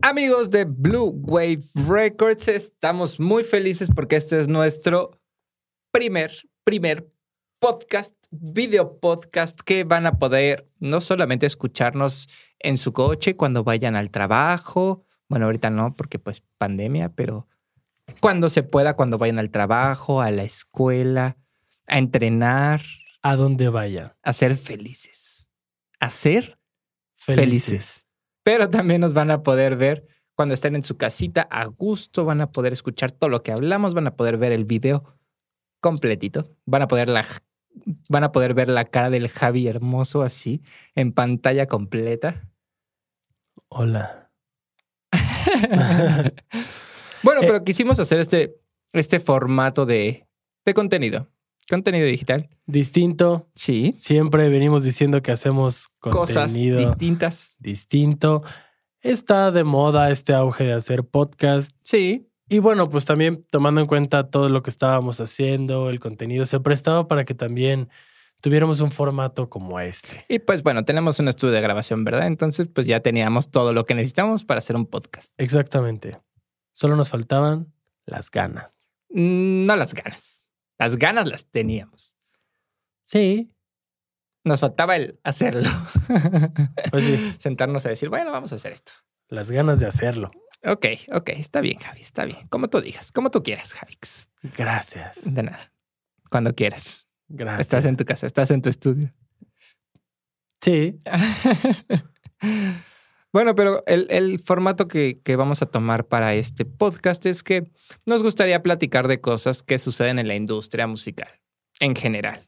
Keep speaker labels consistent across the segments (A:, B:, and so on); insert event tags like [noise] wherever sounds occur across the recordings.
A: Amigos de Blue Wave Records, estamos muy felices porque este es nuestro primer, primer podcast, video podcast que van a poder no solamente escucharnos en su coche cuando vayan al trabajo, bueno, ahorita no porque pues pandemia, pero cuando se pueda, cuando vayan al trabajo, a la escuela, a entrenar,
B: A donde vaya.
A: a ser felices. A ser
B: Felices.
A: felices. Pero también nos van a poder ver cuando estén en su casita a gusto, van a poder escuchar todo lo que hablamos, van a poder ver el video completito, van a poder la van a poder ver la cara del Javi hermoso así en pantalla completa.
B: Hola. [laughs]
A: Bueno,
B: Eh.
A: pero quisimos hacer este este formato de de contenido, contenido digital.
B: Distinto.
A: Sí,
B: Siempre venimos diciendo que hacemos
A: cosas
B: contenido
A: distintas.
B: distinto. Está de moda este auge de hacer podcast.
A: Sí,
B: Y bueno, pues también tomando en cuenta todo lo que estábamos haciendo, el contenido se prestaba para que también tuviéramos un formato como este.
A: y pues bueno, tenemos un estudio de grabación, ¿verdad? Entonces, pues ya teníamos todo lo que necesitamos para hacer un podcast.
B: Exactamente. Solo nos faltaban las ganas.
A: Mm, No las ganas. Las ganas las teníamos.
B: Sí.
A: Nos faltaba el hacerlo. [laughs]
B: Pues sí,
A: Sentarnos a decir, bueno, vamos a hacer esto.
B: las ganas de hacerlo.
A: Ok, ok, está bien, Javi, está bien. Como tú digas, como tú quieras, Javix.
B: Gracias.
A: De nada. Cuando quieras.
B: Gracias.
A: Estás en tu casa, estás en tu estudio.
B: Sí.
A: [laughs] Bueno, pero el, el formato que, que vamos a tomar para este podcast es que nos gustaría platicar de cosas que suceden en la industria musical en general.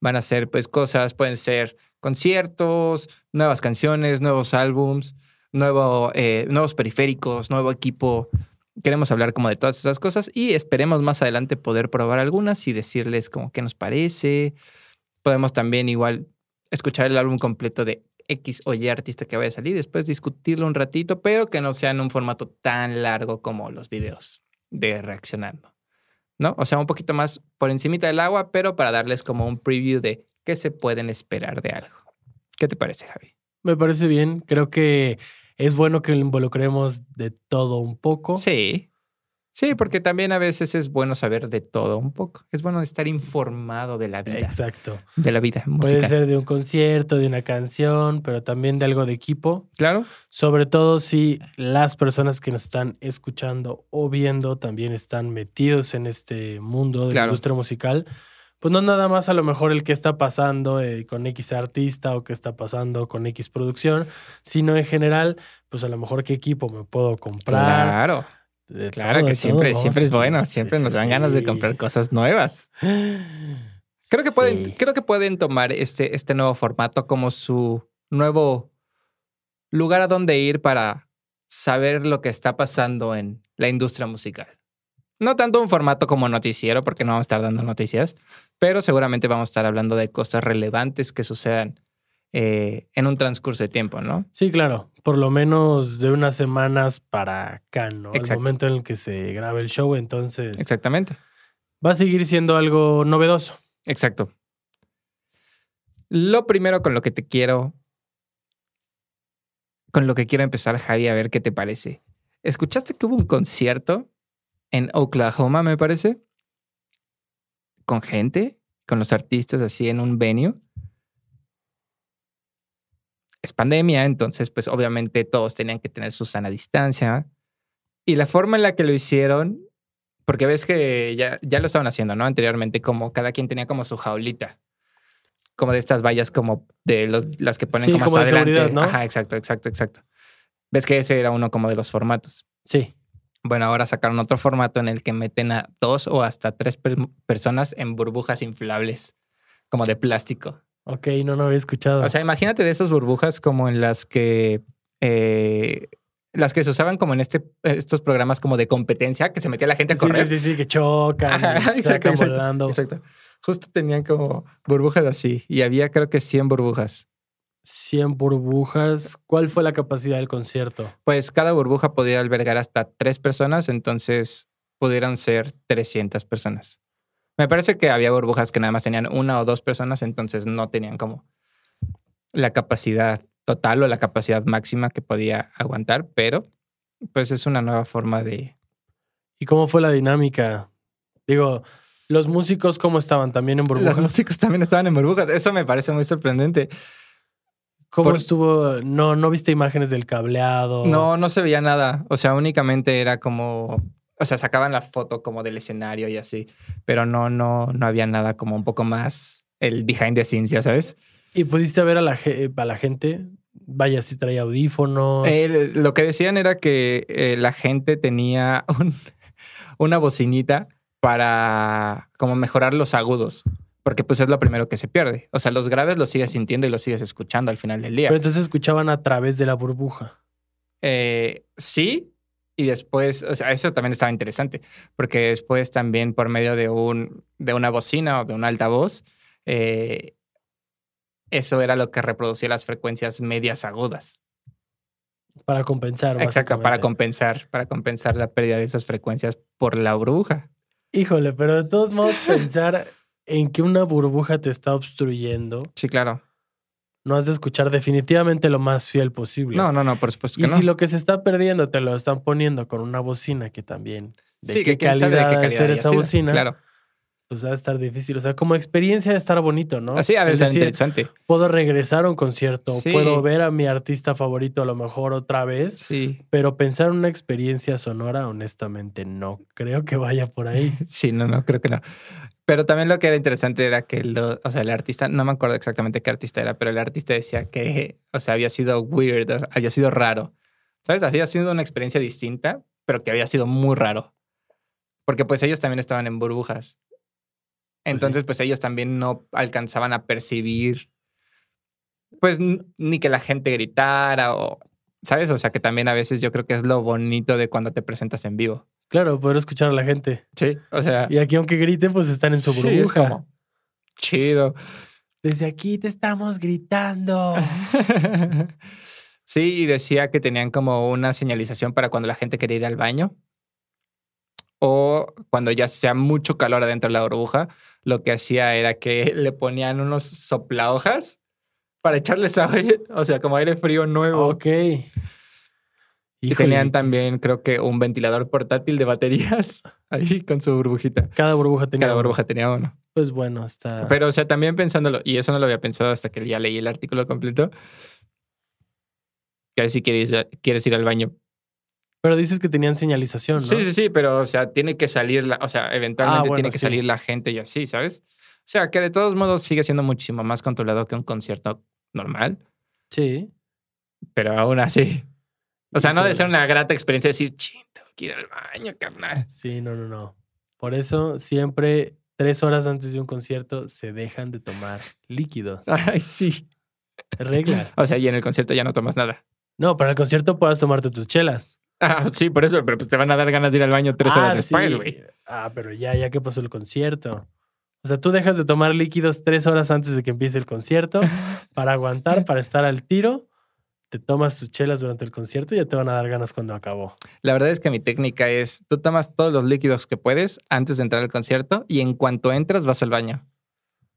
A: Van a ser pues cosas, pueden ser conciertos, nuevas canciones, nuevos álbums, nuevo, eh, nuevos periféricos, nuevo equipo. Queremos hablar como de todas esas cosas y esperemos más adelante poder probar algunas y decirles como qué nos parece. Podemos también igual escuchar el álbum completo de X o Y artista que vaya a salir, después discutirlo un ratito, pero que no sea en un formato tan largo como los videos de reaccionando, ¿no? O sea, un poquito más por encimita del agua, pero para darles como un preview de qué se pueden esperar de algo. ¿Qué te parece, Javi?
B: Me parece bien. Creo que es bueno que lo involucremos de todo un poco.
A: Sí. Sí, porque también a veces es bueno saber de todo un poco. Es bueno estar informado de la vida,
B: Exacto.
A: de la vida
B: Puede
A: musical.
B: ser de un concierto, de una canción, pero también de algo de equipo.
A: Claro.
B: Sobre todo si las personas que nos están escuchando o viendo también están metidos en este mundo de la
A: Claro.
B: industria musical. Pues no nada más a lo mejor el que está pasando eh, con X artista o que está pasando con X producción, sino en general, pues a lo mejor qué equipo me puedo comprar,
A: Claro.
B: De
A: Claro
B: todo, de
A: que siempre,
B: todo,
A: siempre es
B: vamos a-
A: bueno,
B: sí,
A: siempre
B: sí,
A: nos dan ganas de
B: sí. [gasps]
A: comprar cosas nuevas. Creo que pueden,
B: Sí.
A: creo que pueden tomar este, este nuevo formato como su nuevo lugar a donde ir para saber lo que está pasando en la industria musical. No tanto un formato como noticiero, porque no vamos a estar dando noticias, pero seguramente vamos a estar hablando de cosas relevantes que sucedan eh, en un transcurso de tiempo, ¿no?
B: Sí, claro. Por lo menos de unas semanas para acá, ¿no?
A: Exacto.
B: El momento en el que se grabe el show, entonces
A: Exactamente.
B: va a seguir siendo algo novedoso.
A: Exacto. Lo primero con lo que te quiero. Con lo que quiero empezar, Javi, a ver qué te parece. ¿Escuchaste que hubo un concierto en Oklahoma, me parece? Con gente, con los artistas así en un venue. Es pandemia, entonces, pues obviamente todos tenían que tener su sana distancia. Y la forma en la que lo hicieron porque ves que ya, ya lo estaban haciendo, ¿no? Anteriormente, como cada quien tenía como su jaulita. Como de estas vallas, como de los- las que ponen
B: Sí,
A: como,
B: como
A: hasta
B: de
A: adelante.
B: seguridad, ¿no?
A: Ajá, exacto, exacto, exacto. Ves que ese era uno como de los formatos.
B: Sí.
A: Bueno, ahora sacaron otro formato en el que meten a dos o hasta tres per- personas en burbujas inflables, como de plástico.
B: Ok, no, no había escuchado.
A: O sea, imagínate de esas burbujas como en las que. eh, las que se usaban como en este, estos programas como de competencia que se metía la gente a
B: sí,
A: correr.
B: sí, sí, sí, que chocan,
A: Ajá, [laughs]
B: y
A: exacto,
B: sacan
A: exacto,
B: volando.
A: Exacto. Justo tenían como burbujas así y había creo que 100 burbujas.
B: 100 burbujas. ¿Cuál fue la capacidad del concierto?
A: Pues cada burbuja podía albergar hasta tres personas, entonces pudieron ser 300 personas. Me parece que había burbujas que nada más tenían una o dos personas, entonces no tenían como la capacidad total o la capacidad máxima que podía aguantar, pero pues es una nueva forma de...
B: ¿Y cómo fue la dinámica? Digo, los músicos cómo estaban también en burbujas.
A: Los músicos también estaban en burbujas, eso me parece muy sorprendente.
B: ¿Cómo
A: por-
B: estuvo? No, no viste imágenes del cableado.
A: No, no se veía nada, o sea, únicamente era como... O sea, sacaban la foto como del escenario y así, pero no, no, no había nada como un poco más el behind the scenes, ya sabes.
B: ¿Y pudiste ver a la, ge- a la gente? Vaya, si traía audífonos.
A: Eh, lo que decían era que eh, la gente tenía [laughs] un- una bocinita para como mejorar los agudos, porque pues es lo primero que se pierde. O sea, los graves los sigues sintiendo y los sigues escuchando al final del día.
B: Pero entonces escuchaban a través de la burbuja.
A: Eh, sí, y después, o sea, eso también estaba interesante, porque después también por medio de, un, de una bocina o de un altavoz, eh, eso era lo que reproducía las frecuencias medias agudas.
B: Para compensar.
A: Exacto, para
B: básicamente.
A: compensar, para compensar la pérdida de esas frecuencias por la burbuja.
B: Híjole, pero de todos modos, pensar en que una burbuja te está obstruyendo,
A: Sí, claro.
B: no has de escuchar definitivamente lo más fiel posible.
A: No, no, no, por supuesto
B: Y
A: que no.
B: si lo que se está perdiendo te lo están poniendo con una bocina que también. ¿De
A: Sí,
B: qué
A: que quién
B: calidad,
A: sabe de qué
B: ha de ser
A: calidad
B: esa
A: haya sido.
B: bocina?
A: Claro.
B: Pues ha de estar difícil. O sea, como experiencia de estar bonito, ¿no?
A: Así ha de
B: Es
A: ser
B: decir,
A: interesante.
B: puedo regresar a un concierto,
A: Sí.
B: puedo ver a mi artista favorito a lo mejor otra vez,
A: Sí,
B: pero pensar en una experiencia sonora, honestamente, no creo que vaya
A: [laughs]
B: por ahí.
A: sí, no, no, creo que no. Pero también lo que era interesante era que, lo, o sea, el artista, no me acuerdo exactamente qué artista era, pero el artista decía que, o sea, había sido weird, había sido raro. ¿Sabes? Había sido una experiencia distinta, pero que había sido muy raro. Porque pues ellos también estaban en burbujas.
B: sí.
A: Entonces, pues ellos también no alcanzaban a percibir, pues, n- ni que la gente gritara o, ¿sabes? O sea, que también a veces yo creo que es lo bonito de cuando te presentas en vivo.
B: Claro, poder escuchar a la gente.
A: Sí, o sea,
B: Y aquí, aunque griten, pues están en su burbuja.
A: sí, es como, chido.
B: Desde aquí te
A: [laughs]
B: estamos gritando.
A: sí, y decía que tenían como una señalización para cuando la gente quería ir al baño. O cuando ya sea mucho calor adentro de la burbuja, lo que hacía era que [laughs] le ponían unos soplahojas para echarles aire, o sea, como aire frío nuevo.
B: ok.
A: Y
B: Híjole,
A: tenían también, creo que, un ventilador portátil de baterías [laughs] ahí con su burbujita.
B: Cada burbuja tenía.
A: Cada
B: uno.
A: burbuja tenía uno.
B: Pues bueno, está.
A: Pero, o sea, también pensándolo, y eso no lo había pensado hasta que ya leí el artículo completo. Que si quieres, quieres ir al baño.
B: Pero dices que tenían señalización, ¿no?
A: Sí, sí, sí, pero, o sea, tiene que salir, la, o sea, eventualmente
B: Ah, bueno,
A: tiene que
B: sí.
A: salir la gente y así, ¿sabes? O sea, que de todos modos sigue siendo muchísimo más controlado que un concierto normal,
B: Sí.
A: pero aún así. O sea, no de
B: Híjole.
A: ser una grata experiencia decir, ching, tengo que ir al baño, carnal.
B: Sí, no, no, no. Por eso siempre tres horas antes de un concierto se dejan de tomar líquidos.
A: [laughs] Ay, sí. [laughs]
B: Regla.
A: O sea, y en el concierto ya no tomas nada.
B: No, para el concierto puedas tomarte tus chelas.
A: Ah, sí, por eso, pero pues te van a dar ganas de ir al baño tres horas
B: Ah,
A: después,
B: sí.
A: güey.
B: Ah, pero ya, ya que pasó el concierto. O sea, tú dejas de tomar líquidos tres horas antes de que empiece
A: [laughs]
B: el concierto para aguantar, para estar al tiro. Te tomas tus chelas durante el concierto y ya te van a dar ganas cuando acabó.
A: La verdad es que mi técnica es, tú tomas todos los líquidos que puedes antes de entrar al concierto y en cuanto entras vas al baño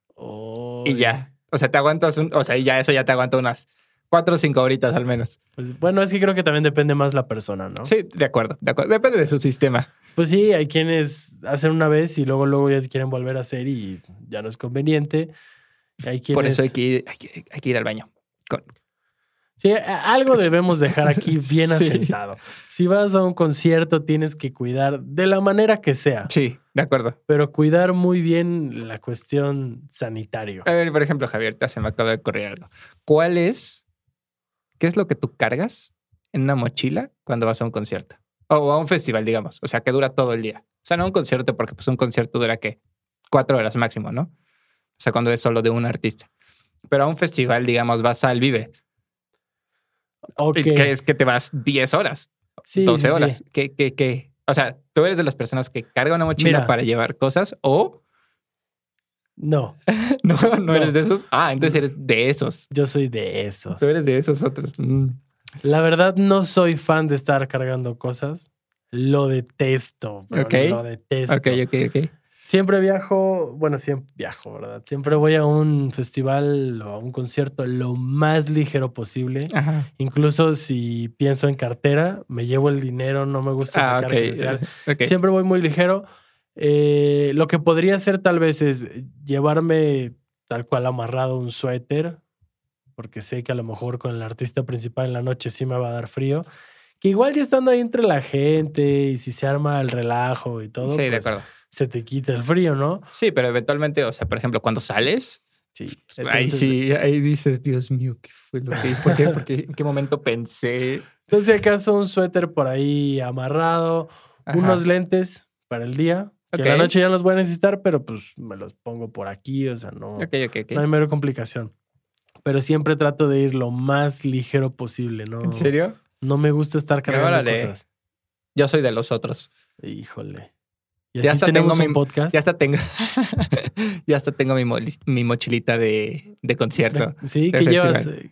A: y
B: Oy.
A: ya. O sea, te aguantas, un, o sea, y ya eso ya te aguanta unas cuatro o cinco horitas al menos.
B: Pues, bueno, es que creo que también depende más la persona, ¿no?
A: Sí, de acuerdo, de acuerdo. Depende de su sistema.
B: Pues sí, hay quienes hacen una vez y luego luego ya quieren volver a hacer y ya no es conveniente. Hay quienes...
A: Por eso hay que, ir, hay, que, hay que ir al baño.
B: Sí, a- algo debemos
A: [laughs]
B: dejar aquí bien
A: Sí.
B: asentado. Si vas a un concierto tienes que cuidar de la manera que sea,
A: Sí, de acuerdo.
B: pero cuidar muy bien la cuestión sanitario.
A: A ver, por ejemplo, Javier, te se me acaba de ocurrir algo. ¿Cuál es, qué es lo que tú cargas en una mochila cuando vas a un concierto? O a un festival, digamos. O sea, que dura todo el día. O sea, no un concierto, porque pues un concierto dura, ¿qué? Cuatro horas máximo, ¿no? O sea, cuando es solo de un artista. Pero a un festival, digamos, vas al Vive.
B: Ok.
A: y Que es que te vas 10 horas,
B: Sí,
A: 12
B: sí, sí.
A: horas. ¿Qué, qué, qué? O sea, tú eres de las personas que carga una mochila
B: Mira.
A: para llevar cosas o [laughs]
B: No,
A: no, no,
B: No.
A: eres de esos. Ah, entonces eres de esos.
B: yo soy de esos.
A: Tú eres de esos otros. Mm.
B: La verdad, no soy fan de estar cargando cosas. Lo detesto. bro,
A: Ok.
B: Lo detesto.
A: Ok, ok, ok.
B: Siempre viajo, bueno, siempre viajo, ¿verdad? Siempre voy a un festival o a un concierto lo más ligero posible.
A: Ajá.
B: Incluso si pienso en cartera, me llevo el dinero, no me gusta
A: Ah,
B: sacar
A: ok.
B: credencial.
A: ok.
B: Siempre voy muy ligero. Eh, lo que podría hacer tal vez es llevarme tal cual amarrado un suéter, porque sé que a lo mejor con el artista principal en la noche sí me va a dar frío. Que igual ya estando ahí entre la gente y si se arma el relajo y todo,
A: sí, de
B: pues,
A: acuerdo.
B: se te quita el frío, ¿no?
A: Sí, pero eventualmente, o sea, por ejemplo, cuando sales,
B: Sí.
A: Pues, ahí
B: Entonces, eh,
A: sí, ahí dices, Dios mío, ¿qué fue lo que hice? ¿Por
B: [laughs]
A: qué? Porque en qué momento pensé.
B: entonces, si acaso un suéter por ahí amarrado,
A: Ajá.
B: unos lentes para el día, que en la
A: Ok.
B: noche ya los voy a necesitar, pero pues me los pongo por aquí, o sea, no,
A: Ok, ok, ok.
B: no hay mero complicación. Pero siempre trato de ir lo más ligero posible, ¿no?
A: ¿En serio?
B: No me gusta estar cargando
A: Órale.
B: cosas.
A: Yo soy de los otros.
B: Híjole. Y
A: Ya
B: así
A: hasta
B: tenemos
A: tengo
B: un
A: mi-
B: podcast.
A: Ya hasta tengo, [laughs] ya hasta tengo mi, moli- mi mochilita de, de concierto.
B: [laughs] Sí,
A: de
B: que llevas. Eh,
A: festival.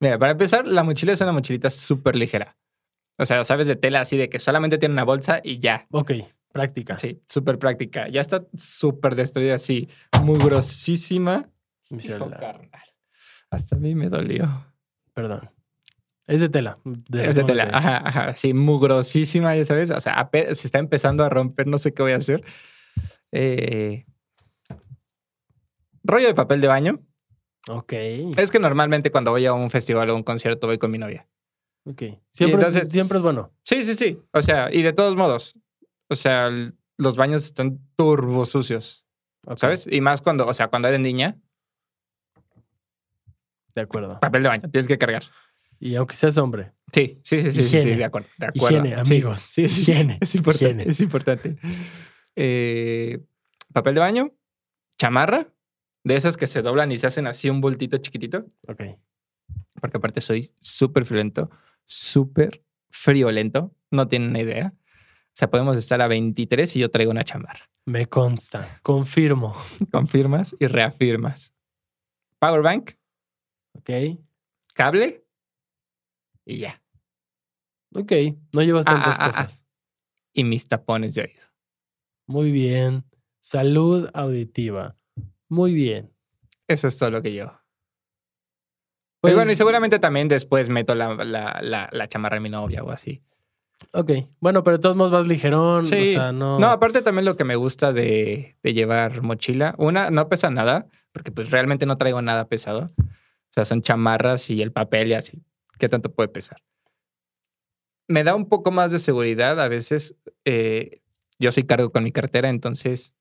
A: Mira, para empezar, la mochila es una mochilita súper ligera. O sea, sabes de tela así de que solamente tiene una bolsa y ya.
B: Ok, práctica.
A: Sí, súper práctica. Ya está súper destruida así, muy grosísima.
B: Mi
A: Hijo,
B: celular.
A: carnal. Hasta a mí me dolió.
B: Perdón. Es de tela. De
A: es de
B: no,
A: tela. Ajá, ajá. Sí, mugrosísima, ya sabes. O sea, ape- se está empezando a romper, no sé qué voy a hacer. Eh, rollo de papel de baño.
B: Ok.
A: Es que normalmente cuando voy a un festival o un concierto voy con mi novia.
B: Ok. Siempre, es-
A: entonces-
B: siempre es bueno.
A: Sí, sí, sí. O sea, y de todos modos. O sea, el- los baños están turbo sucios,
B: Ok,
A: ¿sabes? Y más cuando, o sea, cuando eres niña,
B: De acuerdo.
A: papel de baño, tienes que cargar.
B: Y aunque seas hombre.
A: Sí, sí, sí, sí, sí,
B: Higiene.
A: sí, de acuerdo, de acuerdo.
B: Higiene,
A: Sí,
B: amigos.
A: Sí, sí,
B: [laughs] Higiene,
A: Es importante,
B: higiene.
A: es importante. Eh, papel de baño, chamarra, de esas que se doblan y se hacen así un bultito chiquitito,
B: Ok.
A: porque aparte soy súper friolento, súper friolento, no tienen una idea. O sea, podemos estar a 23 y yo traigo una chamarra.
B: Me consta. Confirmo.
A: Confirmas y reafirmas. Powerbank,
B: Ok.
A: cable y ya.
B: Ok. No llevas
A: Ah,
B: tantas
A: ah, ah,
B: cosas.
A: Y mis tapones de oído.
B: Muy bien. Salud auditiva. Muy bien.
A: Eso es todo lo que yo.
B: Pues-
A: y bueno, y seguramente también después meto la, la, la, la chamarra de mi novia o así.
B: Ok. Bueno, pero de todos modos vas ligerón. O
A: Sí.
B: sea, no.
A: No, aparte también lo que me gusta de, de llevar mochila. Una, no pesa nada, porque pues realmente no traigo nada pesado. O sea, son chamarras y el papel y así. ¿Qué tanto puede pesar? Me da un poco más de seguridad. A veces eh, yo sí cargo con mi cartera, entonces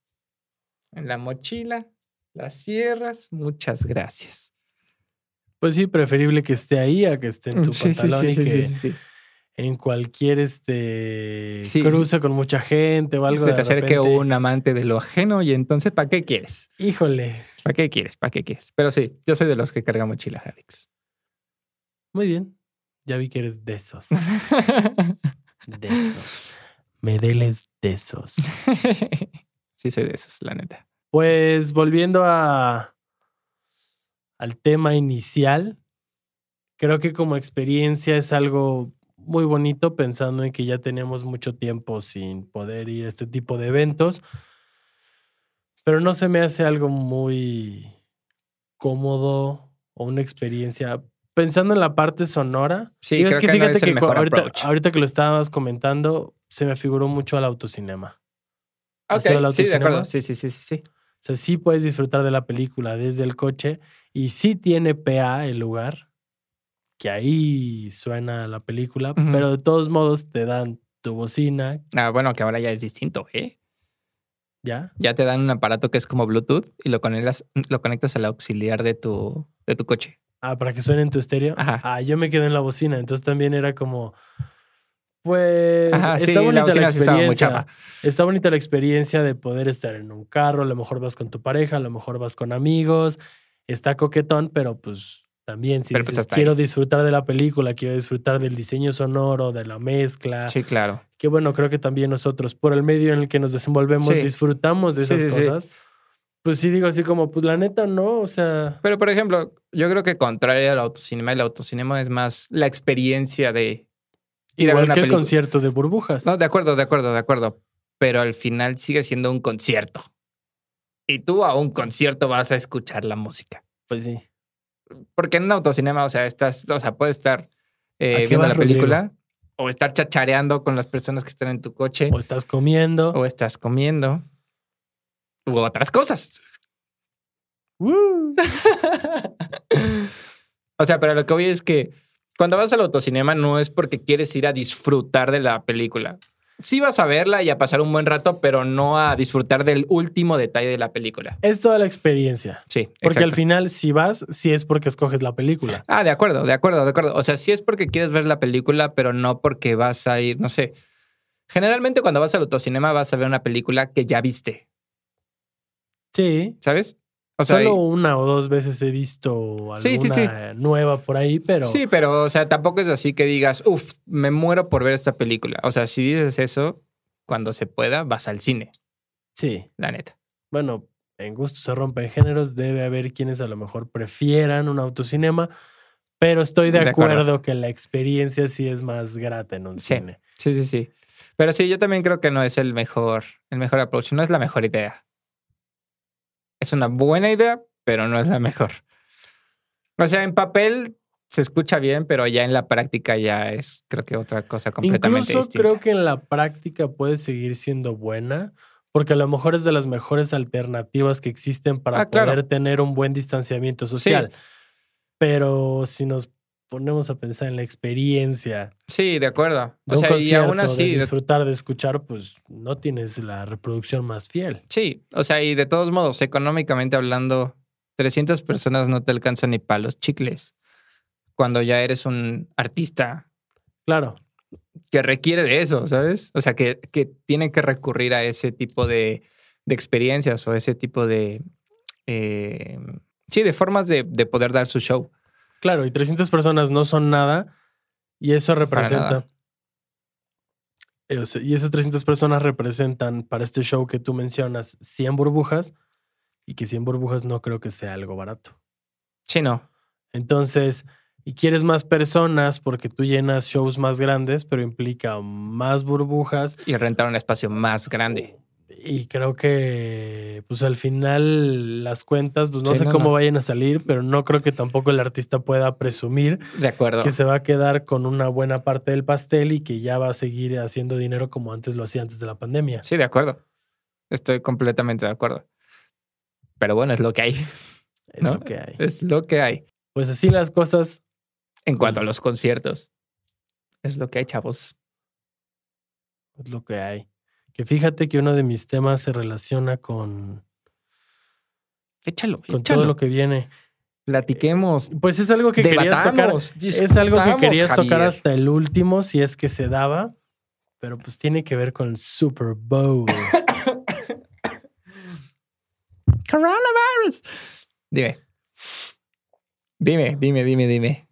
A: en la mochila, las cierras. Muchas gracias.
B: Pues sí, preferible que esté ahí a que esté en
A: [laughs]
B: tu pantalón y que
A: sí.
B: en cualquier este
A: Sí.
B: cruce con mucha gente o algo
A: se
B: de
A: te acerque
B: repente,
A: un amante de lo ajeno y entonces, ¿para qué quieres?
B: Híjole.
A: ¿Para qué quieres? ¿Para qué quieres? Pero sí, yo soy de los que carga mochila, [laughs] Alex.
B: Muy bien. Ya vi que eres de esos. De esos. Medeles de esos.
A: sí, soy de esos, la neta.
B: Pues volviendo a al tema inicial, creo que como experiencia es algo muy bonito pensando en que ya tenemos mucho tiempo sin poder ir a este tipo de eventos, pero no se me hace algo muy cómodo o una experiencia pensando en la parte sonora.
A: Sí,
B: digo,
A: creo que no es el
B: cu-
A: mejor
B: ahorita,
A: approach.
B: ahorita que lo estabas comentando, se me figuró mucho al autocinema.
A: Ok,
B: ¿Has ido al
A: sí, de
B: autocinema?
A: acuerdo. Sí, sí, sí, sí. sí.
B: O sea, sí puedes disfrutar de la película desde el coche y sí tiene PA el lugar, que ahí suena la película,
A: Ujú.
B: pero de todos modos te dan tu bocina,
A: Ah, bueno, que ahora ya es distinto, ¿eh?
B: ¿ya?
A: Ya te dan un aparato que es como Bluetooth y lo conectas, lo conectas al auxiliar de tu, de tu coche.
B: Ah, para que suene en tu estéreo.
A: Ajá.
B: Ah, yo me quedé en la bocina, entonces también era como, pues,
A: Ajá, sí,
B: está bonita
A: la
B: la,
A: bocina sí estaba muy
B: experiencia.
A: chapa.
B: está bonita la experiencia de poder estar en un carro, a lo mejor vas con tu pareja, a lo mejor vas con amigos, está coquetón, pero pues también si
A: Pero, pues,
B: dices,
A: hasta
B: quiero disfrutar de la película, quiero disfrutar del diseño sonoro, de la mezcla,
A: Sí, claro.
B: que bueno, creo que también nosotros, por el medio en el que nos desenvolvemos,
A: Sí.
B: disfrutamos de
A: Sí,
B: esas
A: sí, sí.
B: cosas. Pues sí digo así como, pues la neta no, o sea,
A: Pero, por ejemplo, yo creo que contrario al autocinema, el autocinema es más la experiencia de ir a ver
B: igual
A: una
B: que el
A: película.
B: concierto de burbujas.
A: No, de acuerdo, de acuerdo, de acuerdo. pero al final sigue siendo un concierto. Y tú a un concierto vas a escuchar la música.
B: Pues sí.
A: Porque en un autocinema, o sea, estás, o sea, puedes estar eh,
B: Aquí
A: viendo
B: vas,
A: la
B: Rodrigo.
A: película o estar chachareando con las personas que están en tu coche
B: O estás comiendo.
A: o estás comiendo u otras cosas.
B: ¡Woo!
A: O sea, pero lo que voy es que cuando vas al autocinema no es porque quieres ir a disfrutar de la película. Sí vas a verla y a pasar un buen rato, pero no a disfrutar del último detalle de la película.
B: Es toda la experiencia.
A: Sí,
B: Porque al
A: exacto.
B: final, si vas, sí es porque escoges la película.
A: Ah, de acuerdo, de acuerdo, de acuerdo. O sea, sí es porque quieres ver la película, pero no porque vas a ir, no sé. Generalmente cuando vas al autocinema vas a ver una película que ya viste,
B: Sí.
A: ¿sabes? O sea,
B: Solo una o dos veces he visto alguna
A: Sí, sí, sí.
B: nueva por ahí, pero
A: sí, pero o sea, tampoco es así que digas, uff, me muero por ver esta película. O sea, si dices eso, cuando se pueda, vas al cine,
B: sí.
A: la neta.
B: Bueno, en gusto se rompen géneros. Debe haber quienes a lo mejor prefieran un autocinema, pero estoy de,
A: De
B: acuerdo.
A: acuerdo.
B: que la experiencia sí es más grata en un
A: Sí.
B: cine.
A: Sí, sí, sí. Pero sí, yo también creo que no es el mejor, el mejor approach, no es la mejor idea. Es una buena idea, pero no es la mejor. O sea, en papel se escucha bien, pero ya en la práctica ya es, creo que otra cosa completamente
B: Incluso
A: distinta.
B: creo que en la práctica puede seguir siendo buena, porque a lo mejor es de las mejores alternativas que existen para
A: Ah,
B: poder
A: claro.
B: tener un buen distanciamiento social. Pero si nos ponemos a pensar en la experiencia
A: Sí, de acuerdo.
B: de
A: O
B: un
A: sea, y
B: concierto,
A: aún así,
B: de
A: de-
B: disfrutar de escuchar, pues no tienes la reproducción más fiel.
A: sí, o sea, y de todos modos, económicamente hablando, 300 personas no te alcanzan ni para los chicles. Cuando ya eres un artista
B: Claro,
A: que requiere de eso, ¿sabes? O sea, que, que tiene que recurrir a ese tipo de, de experiencias o ese tipo de... eh, sí, de formas de, de poder dar su show.
B: claro, y 300 personas no son nada y eso representa...
A: nada.
B: Eh, o sea, Y esas 300 personas representan para este show que tú mencionas 100 burbujas y que 100 burbujas no creo que sea algo barato.
A: Sí, no.
B: Entonces, y quieres más personas porque tú llenas shows más grandes, pero implica más burbujas
A: Y rentar un espacio más grande.
B: Y creo que, pues al final, las cuentas, pues no
A: Sí,
B: sé
A: no,
B: cómo
A: no.
B: vayan a salir, pero no creo que tampoco el artista pueda presumir
A: De acuerdo.
B: que se va a quedar con una buena parte del pastel y que ya va a seguir haciendo dinero como antes lo hacía antes de la pandemia.
A: Sí, de acuerdo. Estoy completamente de acuerdo. Pero bueno, es lo que hay. [laughs]
B: Es
A: ¿no? eh,
B: lo que hay.
A: Es lo que hay.
B: Pues así las cosas.
A: En cuanto a los conciertos. Es lo que hay, chavos.
B: Es lo que hay. Que fíjate que uno de mis temas se relaciona con,
A: Échalo,
B: con todo
A: échalo.
B: lo que viene.
A: Platiquemos.
B: Pues es algo que querías tocar.
A: Debatamos.
B: Es algo que
A: discutamos,
B: querías tocar
A: Javier.
B: hasta el último, si es que se daba, pero pues tiene que ver con el Super
A: [laughs]
B: Bowl.
A: Coronavirus. Dime. Dime, dime, dime, dime.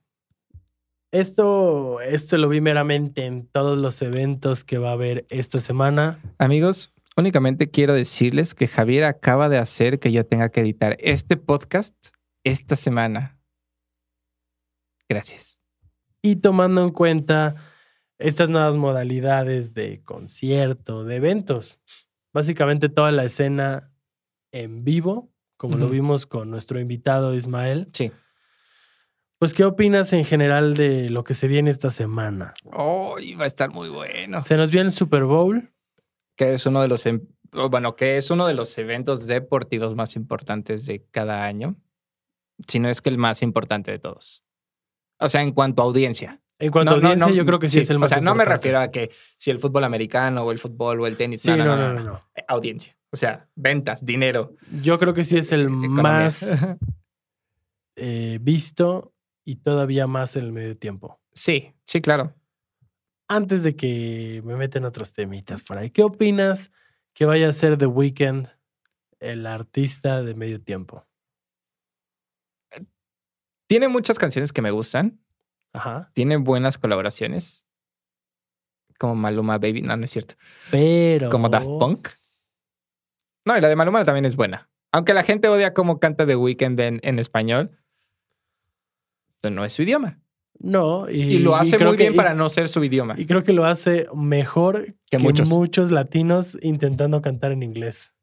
B: esto, esto lo vi meramente en todos los eventos que va a haber esta semana.
A: Amigos, únicamente quiero decirles que Javier acaba de hacer que yo tenga que editar este podcast esta semana. Gracias.
B: Y tomando en cuenta estas nuevas modalidades de concierto, de eventos, básicamente toda la escena en vivo, como lo
A: Ujú.
B: vimos con nuestro invitado Ismael.
A: Sí.
B: Pues, ¿qué opinas en general de lo que se viene esta semana?
A: Oh, va a estar muy bueno.
B: Se nos viene el Super Bowl.
A: Que es uno de los em- o bueno, que es uno de los eventos deportivos más importantes de cada año, si no es que el más importante de todos. O sea, en cuanto a audiencia.
B: En cuanto
A: No,
B: a
A: no,
B: audiencia,
A: no,
B: yo creo que sí, es el más
A: O sea, no me
B: importante.
A: refiero a que si el fútbol americano o el fútbol o el tenis.
B: Sí, no, no, no, no.
A: Eh, Audiencia. O sea, ventas, dinero.
B: Yo creo que sí es el
A: economía. [laughs]
B: más eh, visto y todavía más en el medio tiempo.
A: Sí, sí, claro.
B: Antes de que me meten otros temitas por ahí, ¿qué opinas que vaya a ser The Weeknd el artista de medio tiempo?
A: Tiene muchas canciones que me gustan.
B: Ajá.
A: Tiene buenas colaboraciones. Como Maluma Baby. No, no es cierto.
B: Pero.
A: Como Daft Punk. No, y la de Maluma también es buena. Aunque la gente odia cómo canta The Weeknd en, en español, no es su idioma.
B: No, y,
A: Y lo hace
B: creo
A: muy
B: que-
A: bien
B: y-
A: para no ser su idioma.
B: Y creo que lo hace mejor que,
A: muchos.
B: muchos. latinos intentando cantar en inglés.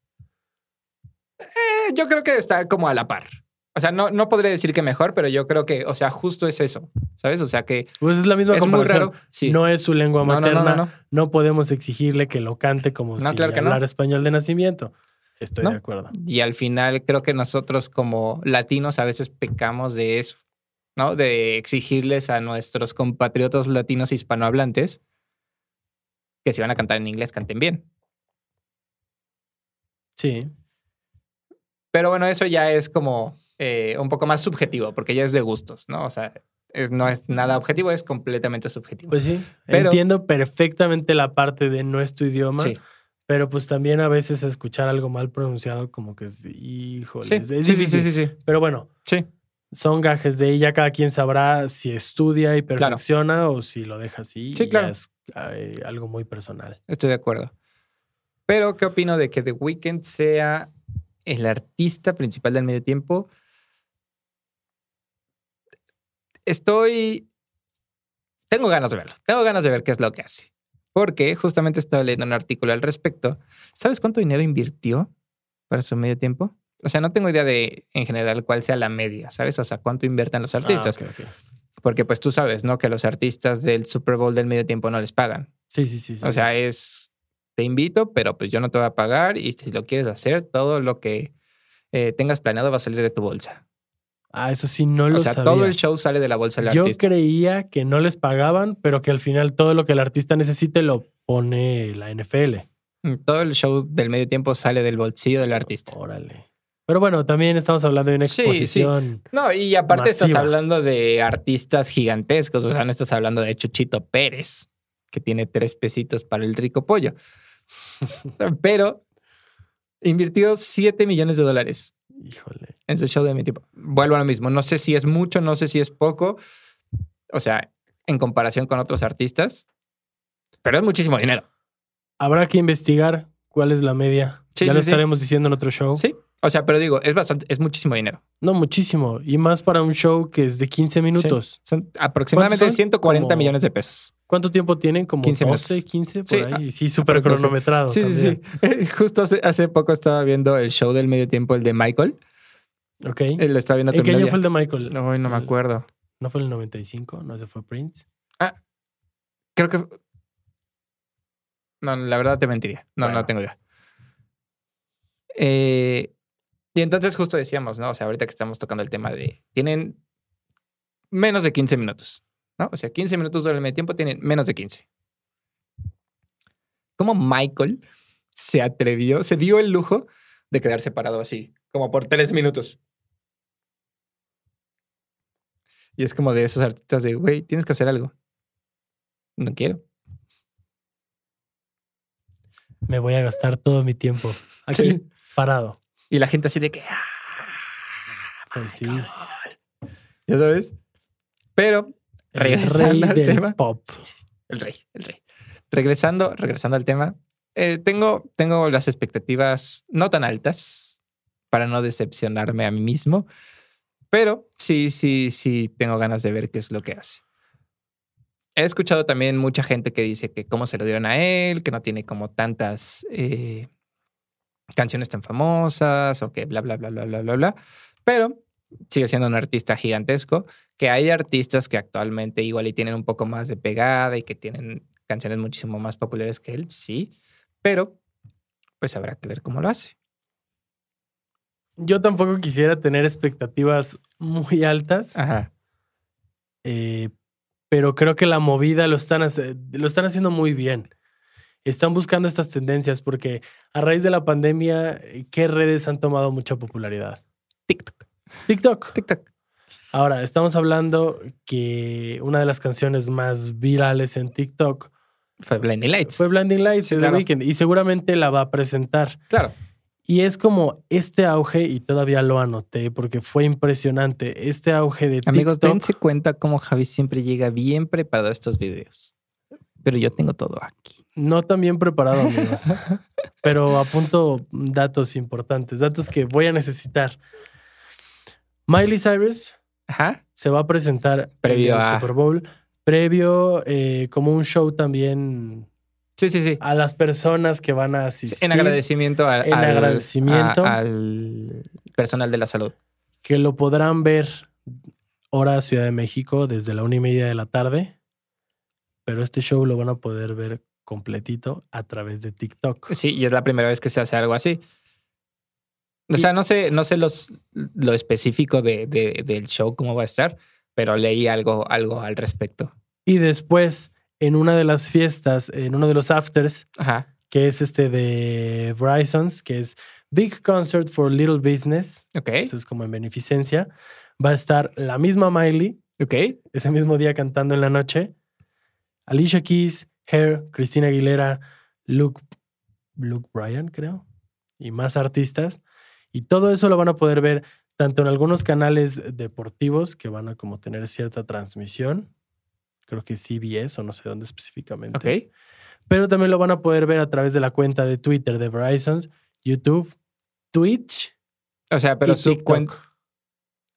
A: Eh, yo creo que está como a la par. O sea, no, no podría decir que mejor, pero yo creo que, o sea, justo es eso, ¿sabes? O sea, que
B: Pues es la misma
A: es muy
B: comparación.
A: raro. Sí.
B: No es su lengua
A: No, no, no,
B: materna. No,
A: no, no.
B: podemos exigirle que lo cante como
A: No,
B: si
A: claro que no.
B: hablara español de nacimiento. Estoy
A: No.
B: de acuerdo.
A: Y al final creo que nosotros como latinos a veces pecamos de eso, ¿no? De exigirles a nuestros compatriotas latinos hispanohablantes que si van a cantar en inglés, canten bien.
B: Sí.
A: Pero bueno, eso ya es como eh, un poco más subjetivo, porque ya es de gustos, ¿no? O sea, es- no es nada objetivo, es completamente subjetivo.
B: Pues sí.
A: Pero-
B: Entiendo perfectamente la parte de nuestro idioma.
A: sí,
B: Pero pues también a veces escuchar algo mal pronunciado como que es, híjole,
A: sí,
B: es
A: sí, sí,
B: difícil.
A: sí, sí, sí.
B: Pero bueno,
A: Sí.
B: son gajes de ella. Cada quien sabrá si estudia y perfecciona o si lo deja así.
A: Sí,
B: y ya
A: claro.
B: Es eh, algo muy personal.
A: Estoy de acuerdo. Pero, ¿qué opino de que The Weeknd sea el artista principal del medio tiempo? Estoy. Tengo ganas de verlo. Tengo ganas de ver qué es lo que hace. Porque justamente estaba leyendo un artículo al respecto. ¿Sabes cuánto dinero invirtió para su medio tiempo? O sea, no tengo idea de en general cuál sea la media, ¿sabes? O sea, cuánto inviertan los artistas.
B: Ah, ok, ok.
A: Porque pues tú sabes, ¿no? Que los artistas del Super Bowl del medio tiempo no les pagan.
B: Sí, sí, sí. sí.
A: O sea, es, te invito, pero pues yo no te voy a pagar y si lo quieres hacer, todo lo que eh, tengas planeado va a salir de tu bolsa.
B: ah, eso sí, no lo
A: o sea,
B: sabía.
A: todo el show sale de la bolsa del
B: Yo
A: artista.
B: creía que no les pagaban, pero que al final todo lo que el artista necesite lo pone la NFL.
A: Mm, Todo el show del medio tiempo sale del bolsillo del artista.
B: Oh, Órale. Pero bueno, también estamos hablando de una
A: Sí, sí.
B: exposición.
A: No, y aparte estás
B: Masiva.
A: hablando de artistas gigantescos, o sea, no estás hablando de Chuchito Pérez, que tiene tres pesitos para el rico
B: [laughs]
A: pollo. Pero invirtió 7 millones de dólares.
B: Híjole.
A: en su show de mi tipo. Vuelvo a lo mismo. No sé si es mucho, no sé si es poco. O sea, en comparación con otros artistas. Pero es muchísimo dinero.
B: Habrá que investigar cuál es la media.
A: Sí,
B: ya
A: sí,
B: lo
A: sí.
B: estaremos diciendo en otro show.
A: Sí. O sea, pero digo, es bastante, es muchísimo dinero.
B: No, muchísimo. Y más para un show que es de 15 minutos.
A: Son aproximadamente
B: ¿Cuántos son?
A: 140
B: Como-
A: millones de pesos.
B: ¿Cuánto tiempo tienen? Como
A: 15
B: 12,
A: minutos.
B: 15 por
A: Sí, ah,
B: ahí. Sí, súper
A: aproximadamente.
B: cronometrado.
A: Sí, sí, sí. [laughs] Justo hace, hace poco estaba viendo el show del medio tiempo, el de Michael.
B: sí. Ok.
A: Eh, Lo estaba viendo
B: ¿En
A: con
B: qué
A: mi
B: año
A: novia.
B: fue el de Michael?
A: No, ay, no me
B: el-
A: acuerdo.
B: ¿No fue el 95? ¿No se fue Prince?
A: Creo que. No, la verdad te mentiría. No,
B: Bueno.
A: no tengo idea. Eh, y entonces, justo decíamos, ¿no? O sea, ahorita que estamos tocando el tema de. Tienen menos de 15 minutos, ¿no? O sea, 15 minutos durante el medio tiempo tienen menos de 15. ¿Cómo Michael se atrevió, se dio el lujo de quedarse parado así, como por tres minutos? Y es como de esos artistas de, güey, tienes que hacer algo. No quiero.
B: Me voy a gastar todo mi tiempo aquí
A: Sí.
B: parado.
A: Y la gente así de que, "Ah",
B: Pues sí.
A: ya sabes. Pero
B: El
A: Regresando al
B: rey del
A: tema.
B: pop.
A: el rey, el rey. Regresando, regresando al tema, eh, tengo, tengo las expectativas no tan altas para no decepcionarme a mí mismo, pero sí, sí, sí tengo ganas de ver qué es lo que hace. He escuchado también mucha gente que dice que cómo se lo dieron a él, que no tiene como tantas eh, canciones tan famosas o que bla, bla, bla, bla, bla, bla, bla. Pero sigue siendo un artista gigantesco, que hay artistas que actualmente igual y tienen un poco más de pegada y que tienen canciones muchísimo más populares que él, sí, pero pues habrá que ver cómo lo hace.
B: Yo tampoco quisiera tener expectativas muy altas,
A: Ajá.
B: eh, pero creo que la movida lo están, hace- lo están haciendo muy bien. Están buscando estas tendencias porque a raíz de la pandemia, eh, ¿qué redes han tomado mucha popularidad?
A: TikTok,
B: TikTok.
A: TikTok.
B: Ahora, estamos hablando que una de las canciones más virales en TikTok
A: Fue Blinding Lights.
B: fue Blinding Lights
A: Sí,
B: de
A: claro.
B: The Weeknd y seguramente la va a presentar.
A: Claro.
B: Y es como este auge, y todavía lo anoté porque fue impresionante, este auge de
A: Amigos,
B: TikTok.
A: dense cuenta cómo Javi siempre llega bien preparado a estos videos. Pero yo tengo todo aquí.
B: No tan bien preparado,
A: [laughs]
B: amigos. pero apunto datos importantes, datos que voy a necesitar. Miley Cyrus
A: Ajá.
B: se va a presentar
A: Previo
B: en el
A: a-
B: Super Bowl, previo eh, como un show también
A: Sí, sí, sí.
B: a las personas que van a
A: Sí,
B: asistir.
A: En agradecimiento a-
B: En
A: al,
B: agradecimiento.
A: a- al personal de la salud.
B: Que lo podrán ver hora Ciudad de México desde la una y media de la tarde, pero este show lo van a poder ver completito a través de TikTok.
A: Sí, y es la primera vez que se hace algo así. O sea, no sé, no sé los, lo específico de, de- del show, cómo va a estar, pero leí algo, algo al respecto.
B: Y después, en una de las fiestas, en uno de los afters,
A: Ajá,
B: que es este de Bryson's, que es Big Concert for Little Business,
A: ok,
B: Eso es como en beneficencia. Va a estar la misma Miley
A: ok.
B: ese mismo día cantando en la noche. Alicia Keys, Hair, Cristina Aguilera, Luke, Luke Bryan, creo. Y más artistas. Y todo eso lo van a poder ver tanto en algunos canales deportivos que van a como tener cierta transmisión. Creo que CBS o no sé dónde específicamente.
A: Ok,
B: Pero también lo van a poder ver a través de la cuenta de Twitter de Verizon, YouTube, Twitch
A: o sea, pero
B: y
A: su
B: TikTok.
A: cuenta.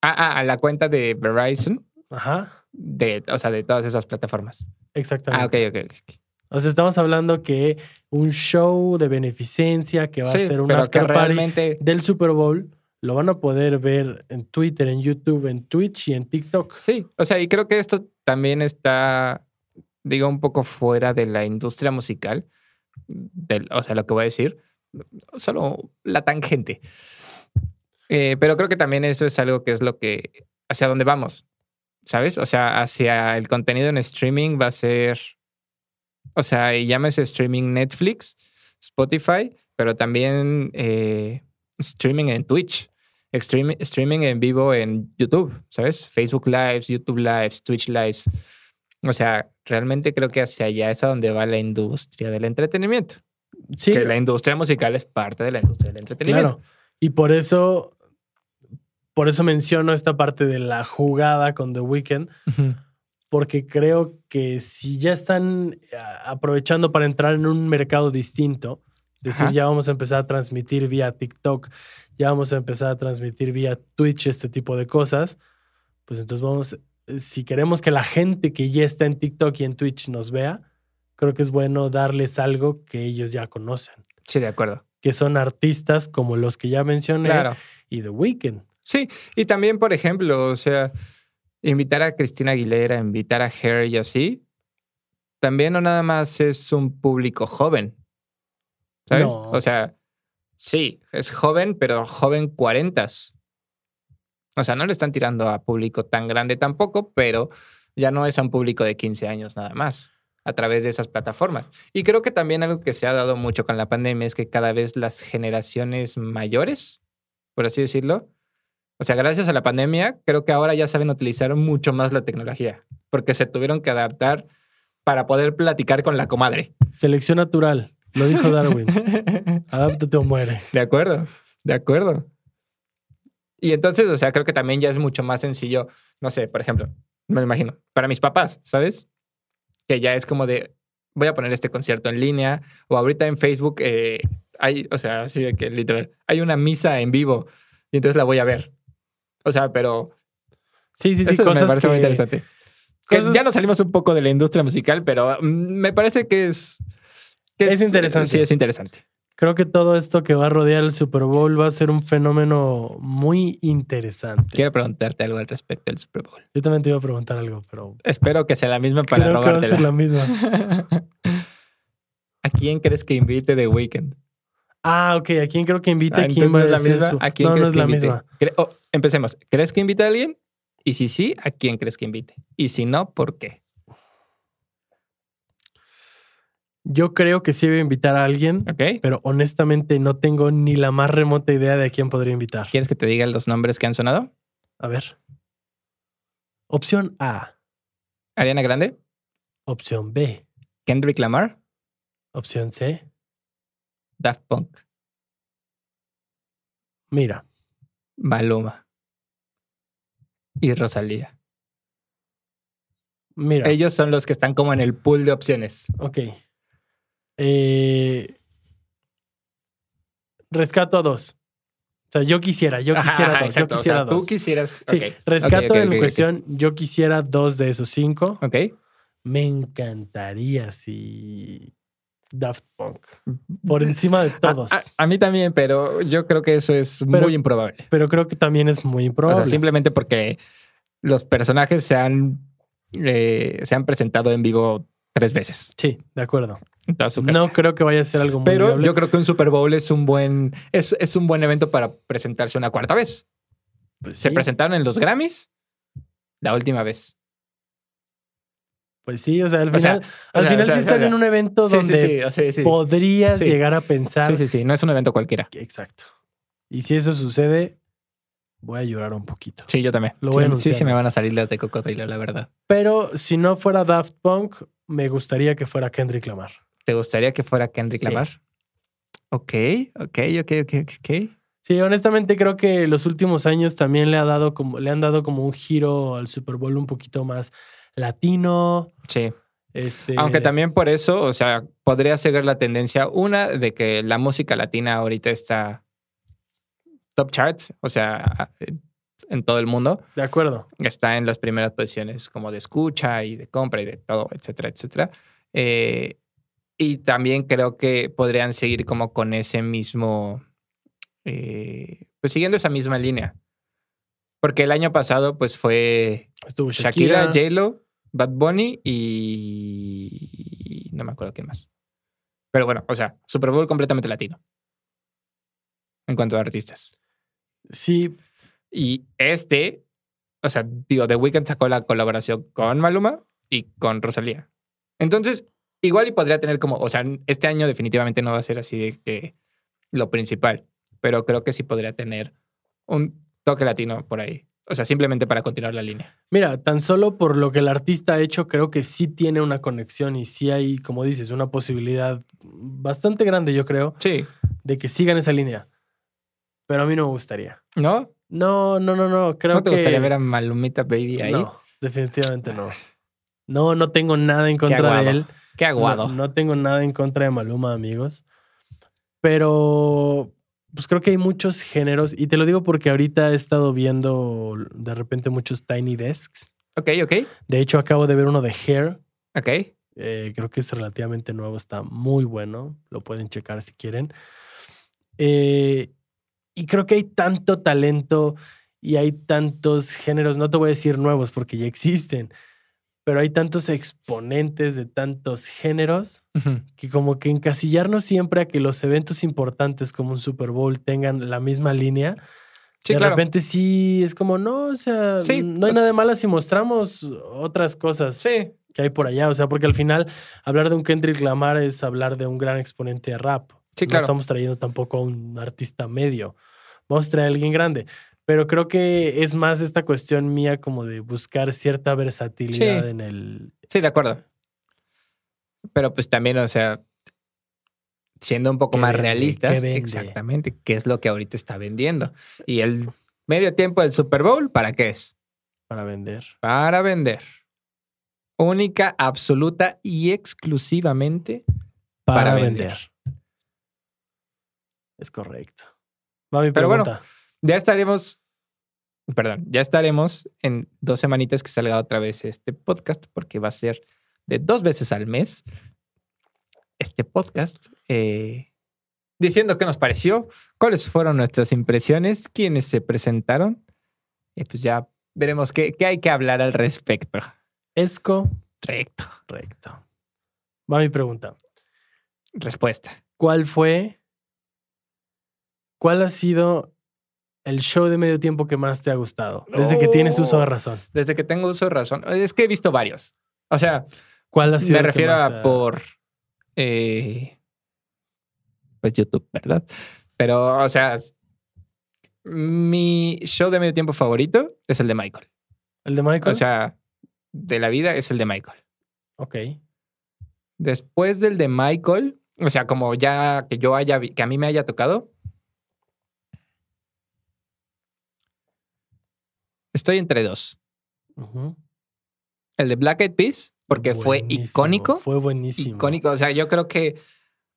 A: Ah, ah, a la cuenta de Verizon,
B: Ajá.
A: de, o sea, de todas esas plataformas. Ah, ok,
B: Exactamente.
A: ok. ok.
B: O sea, estamos hablando que un show de beneficencia que va
A: Sí,
B: a ser un
A: pero que
B: after party
A: realmente.
B: del Super Bowl lo van a poder ver en Twitter, en YouTube, en Twitch y en TikTok.
A: Sí, o sea, y creo que esto también está, digo, un poco fuera de la industria musical, del- o sea, lo que voy a decir, solo la tangente. Eh, pero creo que también eso es algo que es lo que, hacia dónde vamos, ¿sabes? O sea, hacia el contenido en streaming va a ser, o sea, y llámese streaming Netflix, Spotify, pero también eh, streaming en Twitch extreme- streaming en vivo en YouTube, ¿sabes? Facebook Lives, YouTube Lives, Twitch Lives. O sea, realmente creo que hacia allá es a donde va la industria del entretenimiento.
B: Sí,
A: que la industria musical es parte de la industria del entretenimiento.
B: claro. Y por eso, por eso menciono esta parte de la jugada con The Weeknd,
A: Ujú.
B: porque creo que si ya están a- aprovechando para entrar en un mercado distinto, decir,
A: Ajá.
B: ya vamos a empezar a transmitir vía TikTok, ya vamos a empezar a transmitir vía Twitch este tipo de cosas, pues entonces vamos, si queremos que la gente que ya está en TikTok y en Twitch nos vea, creo que es bueno darles algo que ellos ya conocen,
A: Sí, de acuerdo.
B: que son artistas como los que ya mencioné
A: Claro.
B: y The Weeknd.
A: Sí, y también, por ejemplo, o sea, invitar a Cristina Aguilera, invitar a Hair y así, también no nada más es un público joven. ¿Sabes?
B: No.
A: O sea, sí, es joven, pero joven cuarentas. O sea, no le están tirando a público tan grande tampoco, pero ya no es a un público de 15 años nada más a través de esas plataformas. Y creo que también algo que se ha dado mucho con la pandemia es que cada vez las generaciones mayores, por así decirlo, o sea, gracias a la pandemia, creo que ahora ya saben utilizar mucho más la tecnología, porque se tuvieron que adaptar para poder platicar con la comadre.
B: Selección natural, lo dijo
A: [laughs]
B: Darwin,
A: de
B: adáptate o muere.
A: acuerdo, de acuerdo. Y entonces, o sea, creo que también ya es mucho más sencillo, no sé, por ejemplo, me lo imagino, para mis papás, ¿sabes? Que ya es como de, voy a poner este concierto en línea, o ahorita en Facebook eh, hay, o sea, así de que literal, hay una misa en vivo, y entonces la voy a ver. O sea, pero
B: Sí, sí, sí,
A: Eso
B: cosas
A: me parece muy
B: que-
A: interesante. Que
B: cosas-
A: ya nos salimos un poco de la industria musical, pero mm, me parece que es... que
B: Es interesante.
A: Sí, es interesante.
B: Creo que todo esto que va a rodear el Super Bowl va a ser un fenómeno muy interesante.
A: Quiero preguntarte algo al respecto del Super Bowl.
B: Yo también te iba a preguntar algo, pero
A: Espero que sea la misma para
B: creo que va a ser
A: robártela.
B: la misma.
A: [laughs] ¿A quién crees que invite The Weeknd?
B: Ah, ok. ¿A quién creo que invita?
A: Ah,
B: ¿A quién
A: entonces,
B: va a
A: ¿no es la
B: decir
A: misma?
B: su-
A: ¿A quién
B: No, no
A: crees
B: es
A: que
B: la
A: invite?
B: misma.
A: Cre- oh, empecemos. ¿Crees que invite a alguien? Y si sí, ¿a quién crees que invite? Y si no, ¿por qué?
B: Yo creo que sí voy a invitar a alguien,
A: ¿Ok?
B: pero honestamente no tengo ni la más remota idea de a quién podría invitar.
A: ¿Quieres que te diga los nombres que han sonado?
B: A ver. Opción A,
A: Ariana Grande,
B: opción B,
A: Kendrick Lamar,
B: opción C.
A: Daft Punk,
B: Mira,
A: Maluma y Rosalía.
B: mira.
A: Ellos son los que están como en el pool de opciones.
B: Ok. Eh, rescato a dos. O sea, yo quisiera, yo quisiera
A: Ajá,
B: dos,
A: exacto.
B: yo
A: O sea,
B: quisiera dos.
A: tú quisieras.
B: Sí,
A: ok,
B: rescato
A: ok, ok,
B: en
A: ok, ok.
B: cuestión, yo quisiera dos de esos cinco.
A: Ok.
B: Me encantaría si Daft Punk. Por encima de
A: [laughs]
B: todos.
A: A, a- a mí también, pero yo creo que eso es
B: Pero-
A: muy improbable.
B: Pero creo que también es muy
A: O
B: improbable.
A: sea, simplemente porque los personajes se han, eh, se han presentado en vivo tres veces.
B: Sí, de acuerdo.
A: en toda su carrera.
B: No creo que vaya a ser algo muy
A: pero
B: viable.
A: yo creo que un Super Bowl es un buen, es, es un buen evento para presentarse una cuarta vez.
B: Pues
A: Se
B: sí,
A: presentaron en los Grammys la última vez.
B: Pues sí, o sea, al
A: O
B: final,
A: sea, o
B: al
A: sea,
B: final
A: o sea,
B: sí
A: o sea,
B: están en un evento
A: Sí, sí,
B: donde
A: sí, o sea, sí.
B: podrías
A: Sí.
B: llegar a
A: Sí,
B: pensar.
A: sí, sí, no es un evento cualquiera.
B: Exacto. Y si eso sucede, voy a llorar un poquito.
A: Sí, yo también.
B: Lo
A: Sí,
B: voy
A: sí, sí,
B: anunciando.
A: me van a salir las de Cocodrilo, la verdad.
B: Pero si no fuera Daft Punk, me gustaría que fuera Kendrick Lamar.
A: ¿Te gustaría que fuera Kendrick
B: Sí.
A: Lamar? Ok, ok, ok, ok, ok, ok.
B: Sí, honestamente creo que los últimos años también le ha dado como le han dado como un giro al Super Bowl un poquito más latino,
A: Sí.
B: este
A: Aunque también por eso, o sea, podría seguir la tendencia, una, de que la música latina ahorita está top charts, o sea, en todo el mundo.
B: de acuerdo.
A: Está en las primeras posiciones como de escucha y de compra y de todo, etcétera, etcétera. Eh, y también creo que podrían seguir como con ese mismo, eh, pues siguiendo esa misma línea. Porque el año pasado, pues fue
B: Estuvo Shakira,
A: Shakira, J-Lo, Bad Bunny y. No me acuerdo quién más. Pero bueno, o sea, Super Bowl completamente latino. En cuanto a artistas.
B: sí,
A: Y este, o sea, digo, The Weeknd sacó la colaboración con Maluma y con Rosalía. Entonces, igual y podría tener como. O sea, este año definitivamente no va a ser así de que lo principal. Pero creo que sí podría tener un toque latino por ahí. O sea, simplemente para continuar la línea.
B: Mira, tan solo por lo que el artista ha hecho, creo que sí tiene una conexión y sí hay, como dices, una posibilidad bastante grande, yo creo,
A: Sí.
B: de que sigan esa línea. Pero a mí no me gustaría.
A: ¿No?
B: No, no, no, no. Creo
A: ¿No te
B: que-
A: gustaría ver a Malumita Baby ahí? Ah.
B: No, definitivamente no. No, no tengo nada en contra
A: aguado.
B: de él.
A: Qué
B: No-
A: aguado.
B: No, tengo nada en contra de Maluma, amigos. Pero pues creo que hay muchos géneros. Y te lo digo porque ahorita he estado viendo de repente muchos Tiny Desks.
A: Ok, ok,
B: De hecho, acabo de ver uno de Hair,
A: ok.
B: eh, creo que es relativamente nuevo, está muy bueno. Lo pueden checar si quieren. Eh, y creo que hay tanto talento y hay tantos géneros, no te voy a decir nuevos porque ya existen, pero hay tantos exponentes de tantos géneros
A: Ujú.
B: que como que encasillarnos siempre a que los eventos importantes como un Super Bowl tengan la misma línea,
A: Sí,
B: de
A: claro.
B: repente sí es como, no, o sea,
A: Sí. eh
B: no hay nada de malo si mostramos otras cosas
A: Sí,
B: que hay por allá. O sea, porque al final hablar de un Kendrick Lamar es hablar de un gran exponente de rap.
A: sí,
B: No
A: claro.
B: estamos trayendo tampoco a un artista medio. Vamos a traer a alguien grande. Pero creo que es más esta cuestión mía como de buscar cierta versatilidad
A: Sí.
B: en el...
A: Sí, de acuerdo. Pero pues también, o sea, siendo un poco
B: ¿Qué
A: más
B: vende?
A: realistas,
B: ¿Qué vende?
A: exactamente, qué es lo que ahorita está vendiendo. Y el medio tiempo del Super Bowl, ¿para qué es?
B: para vender.
A: Para vender. Única, absoluta y exclusivamente.
B: Para,
A: Para
B: vender.
A: vender.
B: Es correcto. Va mi
A: Pero bueno,
B: pregunta.
A: Ya estaremos, perdón, ya estaremos en dos semanitas que salga otra vez este podcast, porque va a ser de dos veces al mes este podcast, eh, diciendo qué nos pareció, cuáles fueron nuestras impresiones, quiénes se presentaron, y pues ya veremos qué, qué hay que hablar al respecto.
B: Es correcto.
A: Recto.
B: Va mi pregunta.
A: Respuesta.
B: ¿Cuál fue? ¿Cuál ha sido el show de medio tiempo que más te ha gustado? Desde que tienes uso de razón.
A: Desde que tengo uso de razón, es que he visto varios. O sea,
B: ¿Cuál ha sido
A: Me
B: el que
A: refiero
B: más te
A: a
B: ha-
A: por. eh, pues YouTube, ¿verdad? Pero, o sea, s- mi show de medio tiempo favorito es el de Michael.
B: ¿El de Michael?
A: O sea, de la vida es el de Michael.
B: ok.
A: Después del de Michael, o sea, como ya que yo haya, vi- que a mí me haya tocado. Estoy entre dos.
B: Ujú.
A: El de Black Eyed Peas, porque fue
B: Buenísimo,
A: icónico.
B: Fue buenísimo.
A: icónico. O sea, yo creo que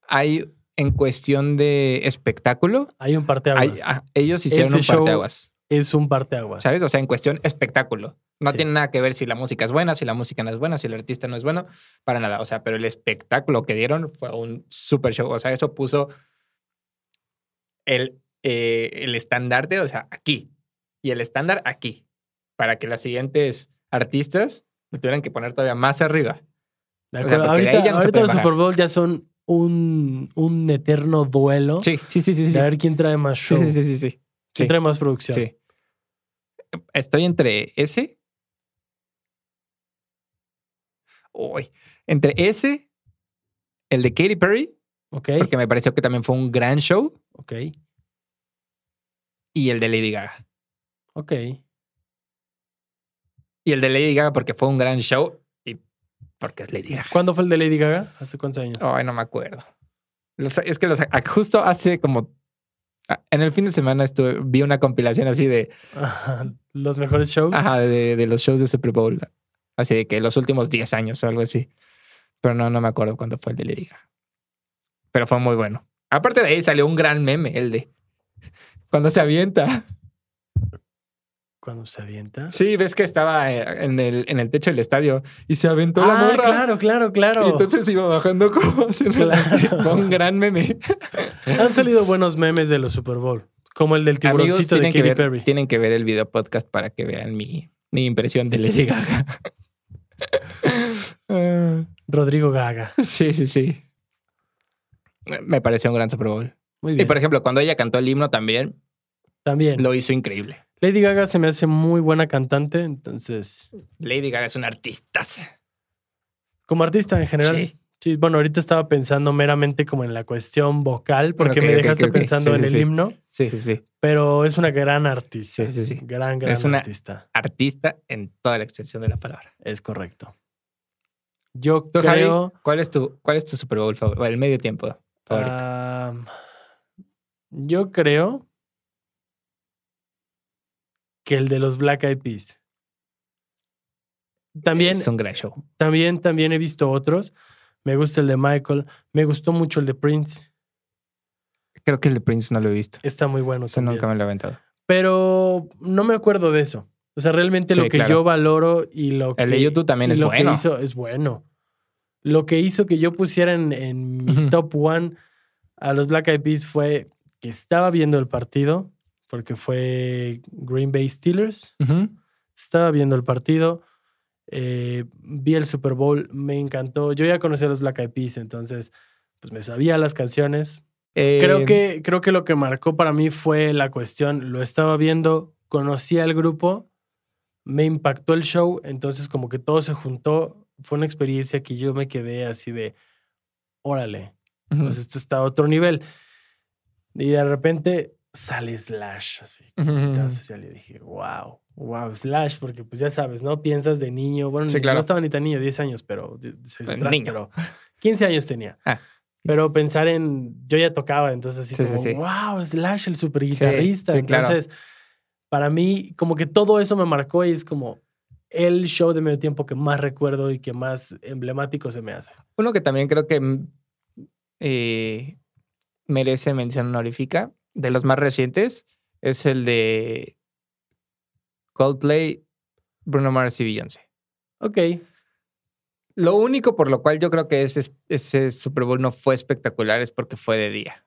A: hay en cuestión de espectáculo,
B: Hay un parteaguas.
A: hay- ah, ellos hicieron
B: Ese
A: un
B: show-
A: parteaguas.
B: Es un parteaguas.
A: ¿Sabes? O sea, en cuestión espectáculo. No
B: Sí.
A: tiene nada que ver si la música es buena, si la música no es buena, si el artista no es bueno, para nada. O sea, pero el espectáculo que dieron fue un super show. O sea, eso puso el, eh, el estandarte, o sea, aquí. Y el estándar aquí. Para que las siguientes artistas lo tuvieran que poner todavía más arriba.
B: De
A: o sea,
B: acuerdo.
A: porque de ahí
B: ahorita
A: ya no se
B: ahorita
A: puede
B: los
A: bajar.
B: Super Bowl ya son un, un eterno duelo
A: Sí, sí, sí, sí. Sí,
B: de a ver quién trae más
A: sí,
B: show,
A: sí, sí. sí, sí.
B: quién
A: Sí.
B: trae más producción.
A: Sí. Estoy entre ese. Uy. Entre ese, el de Katy Perry,
B: Ok,
A: porque me pareció que también fue un gran show,
B: ok,
A: y el de Lady Gaga.
B: ok.
A: Y el de Lady Gaga porque fue un gran show y porque es Lady Gaga.
B: ¿Cuándo fue el de Lady Gaga? ¿Hace cuántos años?
A: Ay, no me acuerdo. Los- es que los, a- justo hace como... a- En el fin de semana estuve, vi una compilación así de,
B: [laughs] Los mejores shows.
A: ajá, de, de los shows de Super Bowl. Así de que los últimos 10 años o algo así. Pero no, no me acuerdo cuándo fue el de Lady Gaga. Pero fue muy bueno. Aparte de ahí salió un gran meme, el de cuando se avienta.
B: Cuando se
A: [laughs]
B: avienta.
A: Sí, ves que estaba eh, en el, en el techo del estadio y se aventó la
B: Ah,
A: morra.
B: claro, claro, claro.
A: Y entonces iba bajando como [laughs] haciendo así.
B: Claro.
A: Fue un gran [laughs] meme.
B: Han salido buenos memes de los Super Bowl, como el del
A: Amigos,
B: tiburoncito de
A: tienen que,
B: Katy
A: ver,
B: Perry.
A: tienen que ver el video podcast para que vean mi, mi impresión de Lady Gaga. [laughs] Ah.
B: Rodrigo Gaga. [laughs]
A: Sí, sí, sí. Me pareció un gran Super Bowl.
B: Muy
A: Y
B: bien.
A: por ejemplo, cuando ella cantó el himno también,
B: También.
A: lo hizo increíble.
B: Lady Gaga se me hace muy buena cantante, entonces,
A: Lady Gaga es una artista.
B: como artista en general.
A: Sí.
B: Sí. bueno, ahorita estaba pensando meramente como en la cuestión vocal, porque
A: Ok,
B: me
A: ok,
B: dejaste
A: ok, ok.
B: pensando
A: Sí,
B: en
A: sí,
B: el
A: sí.
B: himno,
A: Sí, sí, sí.
B: pero es una gran artista.
A: Sí, sí, sí.
B: Gran, gran
A: Es una-
B: artista.
A: Artista en toda la extensión de la palabra.
B: Es correcto. Yo
A: Tú, Javi,
B: creo.
A: ¿cuál es tu, cuál es tu Super Bowl favorito? El medio tiempo favorito.
B: ah, yo creo que el de los Black Eyed Peas. También
A: Es un gran show.
B: También, también he visto otros. Me gusta el de Michael. Me gustó mucho el de Prince.
A: Creo que el de Prince no lo he visto.
B: Está muy bueno.
A: Ese
B: también.
A: nunca me lo he aventado.
B: Pero no me acuerdo de eso. O sea, realmente
A: Sí,
B: lo que
A: claro.
B: yo valoro y lo que.
A: El de YouTube también
B: y
A: es
B: lo
A: bueno.
B: Que hizo es bueno. Lo que hizo que yo pusiera en, en mi
A: Ujú.
B: top one a los Black Eyed Peas fue que estaba viendo el partido, porque fue Green Bay Steelers.
A: Ujú.
B: estaba viendo el partido, eh, vi el Super Bowl, me encantó. Yo ya conocía a los Black Eyed Peas, entonces pues me sabía las canciones.
A: Eh,
B: Creo que, creo que lo que marcó para mí fue la cuestión, lo estaba viendo, conocía al grupo, me impactó el show, entonces como que todo se juntó, fue una experiencia que yo me quedé así de, órale,
A: Ujú.
B: pues esto está a otro nivel. Y de repente sale Slash, así invitado
A: Ujú.
B: especial y dije, wow, wow, Slash, porque pues ya sabes, ¿no? Piensas de niño, bueno,
A: Sí,
B: ni-
A: claro.
B: no estaba ni tan niño, 10 años, pero, 16
A: Bueno,
B: atrás,
A: niño.
B: pero 15 años tenía.
A: Ah,
B: Pero pensar en, yo ya tocaba, entonces así
A: Sí, sí,
B: como,
A: sí.
B: wow, Slash, el super guitarrista.
A: sí, claro.
B: entonces, para mí, como que todo eso me marcó y es como el show de medio tiempo que más recuerdo y que más emblemático se me hace.
A: Uno que también creo que mm, eh, merece mención honorífica, de los más recientes, es el de Coldplay, Bruno Mars y Beyoncé.
B: Ok,
A: Lo único por lo cual yo creo que ese, es- ese Super Bowl no fue espectacular es porque fue de día.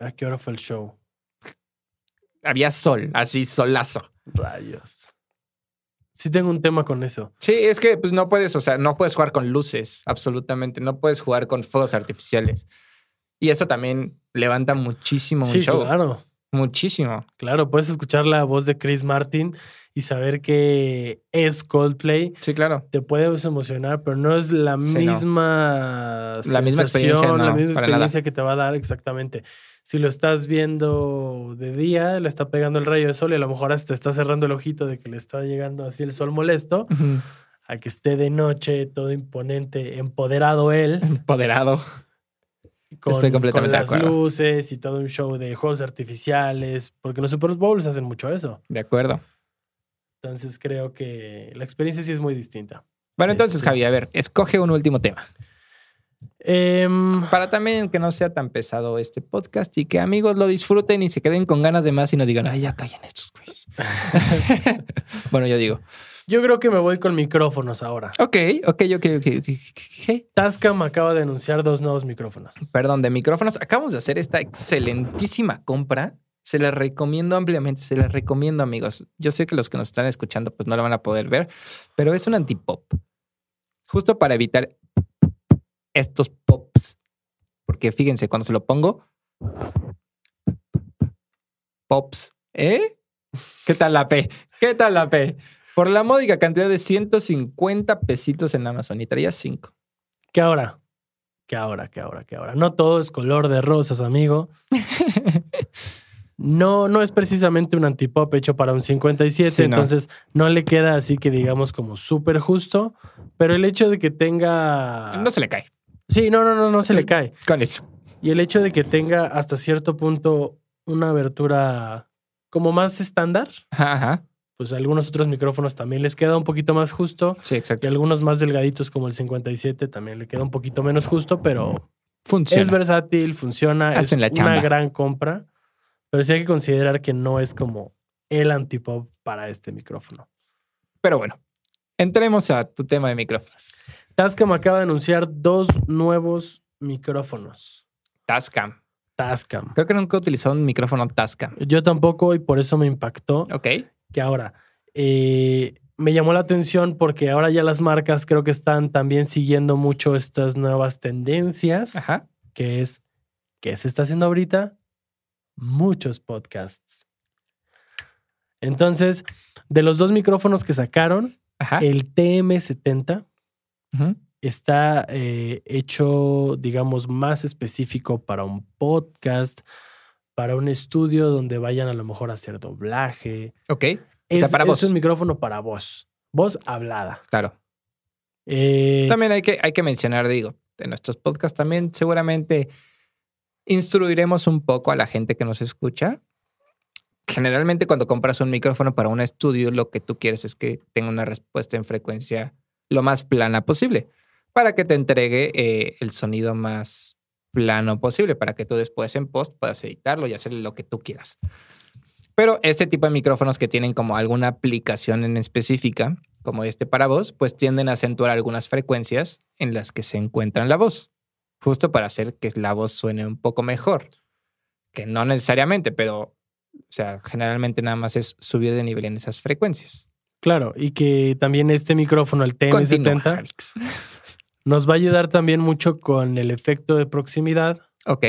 B: ¿a qué hora fue el show?
A: Había sol, así solazo.
B: Rayos. Sí tengo un tema con eso.
A: Sí, es que pues no puedes, o sea, no puedes jugar con luces, absolutamente. No puedes jugar con fuegos artificiales. Y eso también levanta muchísimo un
B: sí,
A: show.
B: claro.
A: Muchísimo.
B: Claro, puedes escuchar la voz de Chris Martin y saber que es Coldplay.
A: Sí, claro.
B: Te puedes emocionar, pero no es la
A: Sí, no.
B: misma
A: La misma experiencia,
B: sensación, la
A: no,
B: misma
A: para nada.
B: experiencia que te va a dar exactamente. Si lo estás viendo de día, le está pegando el rayo de sol y a lo mejor hasta está cerrando el ojito de que le está llegando así el sol molesto,
A: Ujú.
B: a que esté de noche, todo imponente, empoderado él,
A: [laughs] Empoderado.
B: con,
A: Estoy completamente de
B: con las
A: acuerdo.
B: luces y todo un show de juegos artificiales, porque en los Super Bowls hacen mucho eso.
A: De acuerdo.
B: Entonces creo que la experiencia sí es muy distinta.
A: Bueno, entonces,
B: Este-
A: Javi, a ver, escoge un último tema.
B: Em,
A: Para también que no sea tan pesado este podcast y que amigos lo disfruten y se queden con ganas de más y no digan, ay, ya callen estos güeyes. [laughs] bueno, yo digo,
B: yo creo que me voy con micrófonos ahora.
A: ok, ok, ok, ok, ok, ok, ok.
B: Tascam acaba de anunciar dos nuevos micrófonos.
A: Perdón, de micrófonos. Acabamos de hacer esta excelentísima compra. Se la recomiendo ampliamente, se la recomiendo, amigos. Yo sé que los que nos están escuchando pues no la van a poder ver, pero es un antipop. Justo para evitar estos pops. Porque fíjense, cuando se lo pongo, pops, ¿eh? ¿Qué tal la P? ¿Qué tal la P? Por la módica cantidad de 150 pesitos en Amazon y traía 5.
B: ¿Qué ahora? ¿Qué ahora? ¿Qué ahora? ¿Qué ahora? No todo es color de
A: [laughs]
B: rosas, amigo. No, no es precisamente un antipop hecho para un 57,
A: Sí, no.
B: entonces no le queda así que digamos como súper justo, pero el hecho de que tenga...
A: No se le cae
B: Sí, no, no, no, no se le cae.
A: Ah. con eso.
B: Y el hecho de que tenga hasta cierto punto una abertura como más estándar,
A: Ajá, ajá.
B: pues a algunos otros micrófonos también les queda un poquito más justo
A: Sí,
B: y
A: exacto.
B: algunos más delgaditos como el 57 también le queda un poquito menos justo, pero
A: Funciona.
B: es versátil, funciona,
A: Hacen
B: es
A: la
B: una
A: chamba.
B: gran compra, pero sí hay que considerar que no es como el antipop para este micrófono.
A: Pero bueno, entremos a tu tema de micrófonos.
B: Tascam acaba de anunciar dos nuevos micrófonos.
A: Tascam.
B: Tascam.
A: Creo que nunca he utilizado un micrófono Tascam.
B: Yo tampoco y por eso me impactó.
A: Ok.
B: que ahora eh, me llamó la atención porque ahora ya las marcas creo que están también siguiendo mucho estas nuevas tendencias,
A: Ajá.
B: que es, ¿qué se está haciendo ahorita? Muchos podcasts. Entonces, de los dos micrófonos que sacaron,
A: Ajá.
B: el TM70
A: Ujú.
B: está eh, hecho, digamos, más específico para un podcast, para un estudio donde vayan a lo mejor a hacer doblaje,
A: Ok.
B: es,
A: sea, para
B: es
A: voz.
B: un micrófono para voz. Voz hablada.
A: Claro.
B: Eh,
A: También hay que, hay que mencionar, digo, en nuestros podcasts también seguramente instruiremos un poco a la gente que nos escucha. Generalmente cuando compras un micrófono para un estudio, lo que tú quieres es que tenga una respuesta en frecuencia lo más plana posible, para que te entregue eh, el sonido más plano posible, para que tú después en post puedas editarlo y hacerle lo que tú quieras. Pero este tipo de micrófonos que tienen como alguna aplicación en específica, como este para voz, pues tienden a acentuar algunas frecuencias en las que se encuentran la voz, justo para hacer que la voz suene un poco mejor. Que no necesariamente, pero, o sea, generalmente nada más es subir de nivel en esas frecuencias.
B: claro, y que también este micrófono, el
A: Continúa,
B: TM70,
A: Javix.
B: nos va a ayudar también mucho con el efecto de proximidad,
A: Ok.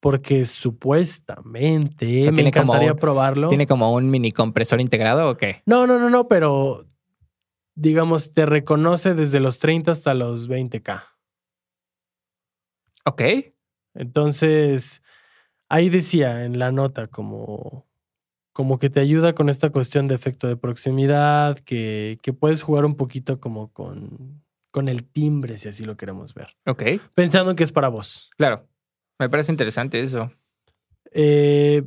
B: porque supuestamente
A: O sea,
B: me
A: tiene como
B: encantaría
A: un-
B: probarlo.
A: ¿Tiene como un mini compresor integrado o qué?
B: No, no, no, no, pero digamos, te reconoce desde los 30 hasta los 20K.
A: Ok.
B: Entonces, ahí decía en la nota como, como que te ayuda con esta cuestión de efecto de proximidad, que, que puedes jugar un poquito como con, con el timbre, si así lo queremos ver.
A: Ok.
B: Pensando que es para vos.
A: Claro. Me parece interesante eso.
B: Eh,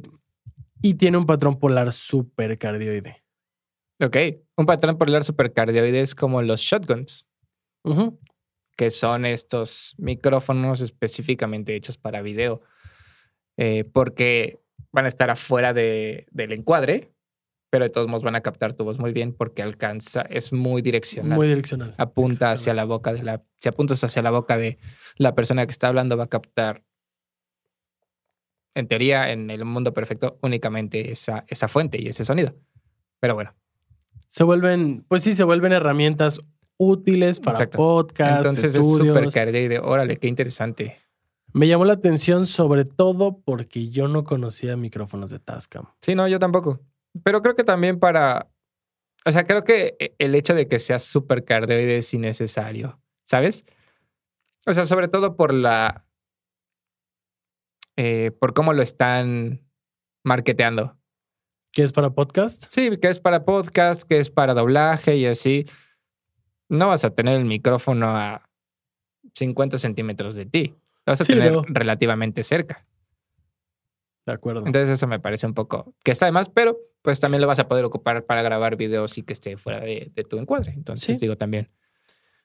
B: y tiene un patrón polar súper cardioide.
A: Ok. Un patrón polar supercardioide es como los shotguns.
B: Ujú.
A: que son estos micrófonos específicamente hechos para video, eh, porque van a estar afuera de- del encuadre, pero de todos modos van a captar tu voz muy bien porque alcanza, es muy direccional.
B: Muy direccional.
A: apunta hacia la boca de la, si apuntas hacia la boca de la persona que está hablando va a captar, en teoría, en el mundo perfecto, únicamente esa, esa fuente y ese sonido. Pero bueno,
B: Se vuelven, pues sí, se vuelven herramientas útiles para
A: Exacto.
B: podcast,
A: entonces es
B: estudios.
A: súper cardioide. Órale, qué interesante.
B: Me llamó la atención sobre todo porque yo no conocía micrófonos de Tascam.
A: Sí, no, yo tampoco. Pero creo que también para. O sea, creo que e- el hecho de que sea súper cardioide es innecesario, ¿sabes? O sea, sobre todo por la. eh, por cómo lo están marketeando.
B: ¿Qué es para podcast?
A: Sí, que es para podcast, que es para doblaje y así. No vas a tener el micrófono a 50 centímetros de ti. Lo vas a
B: Sí,
A: tener
B: no.
A: relativamente cerca.
B: De acuerdo.
A: Entonces eso me parece un poco que está de más, pero pues también lo vas a poder ocupar para grabar videos y que esté fuera de, de tu encuadre. Entonces
B: Sí.
A: digo también.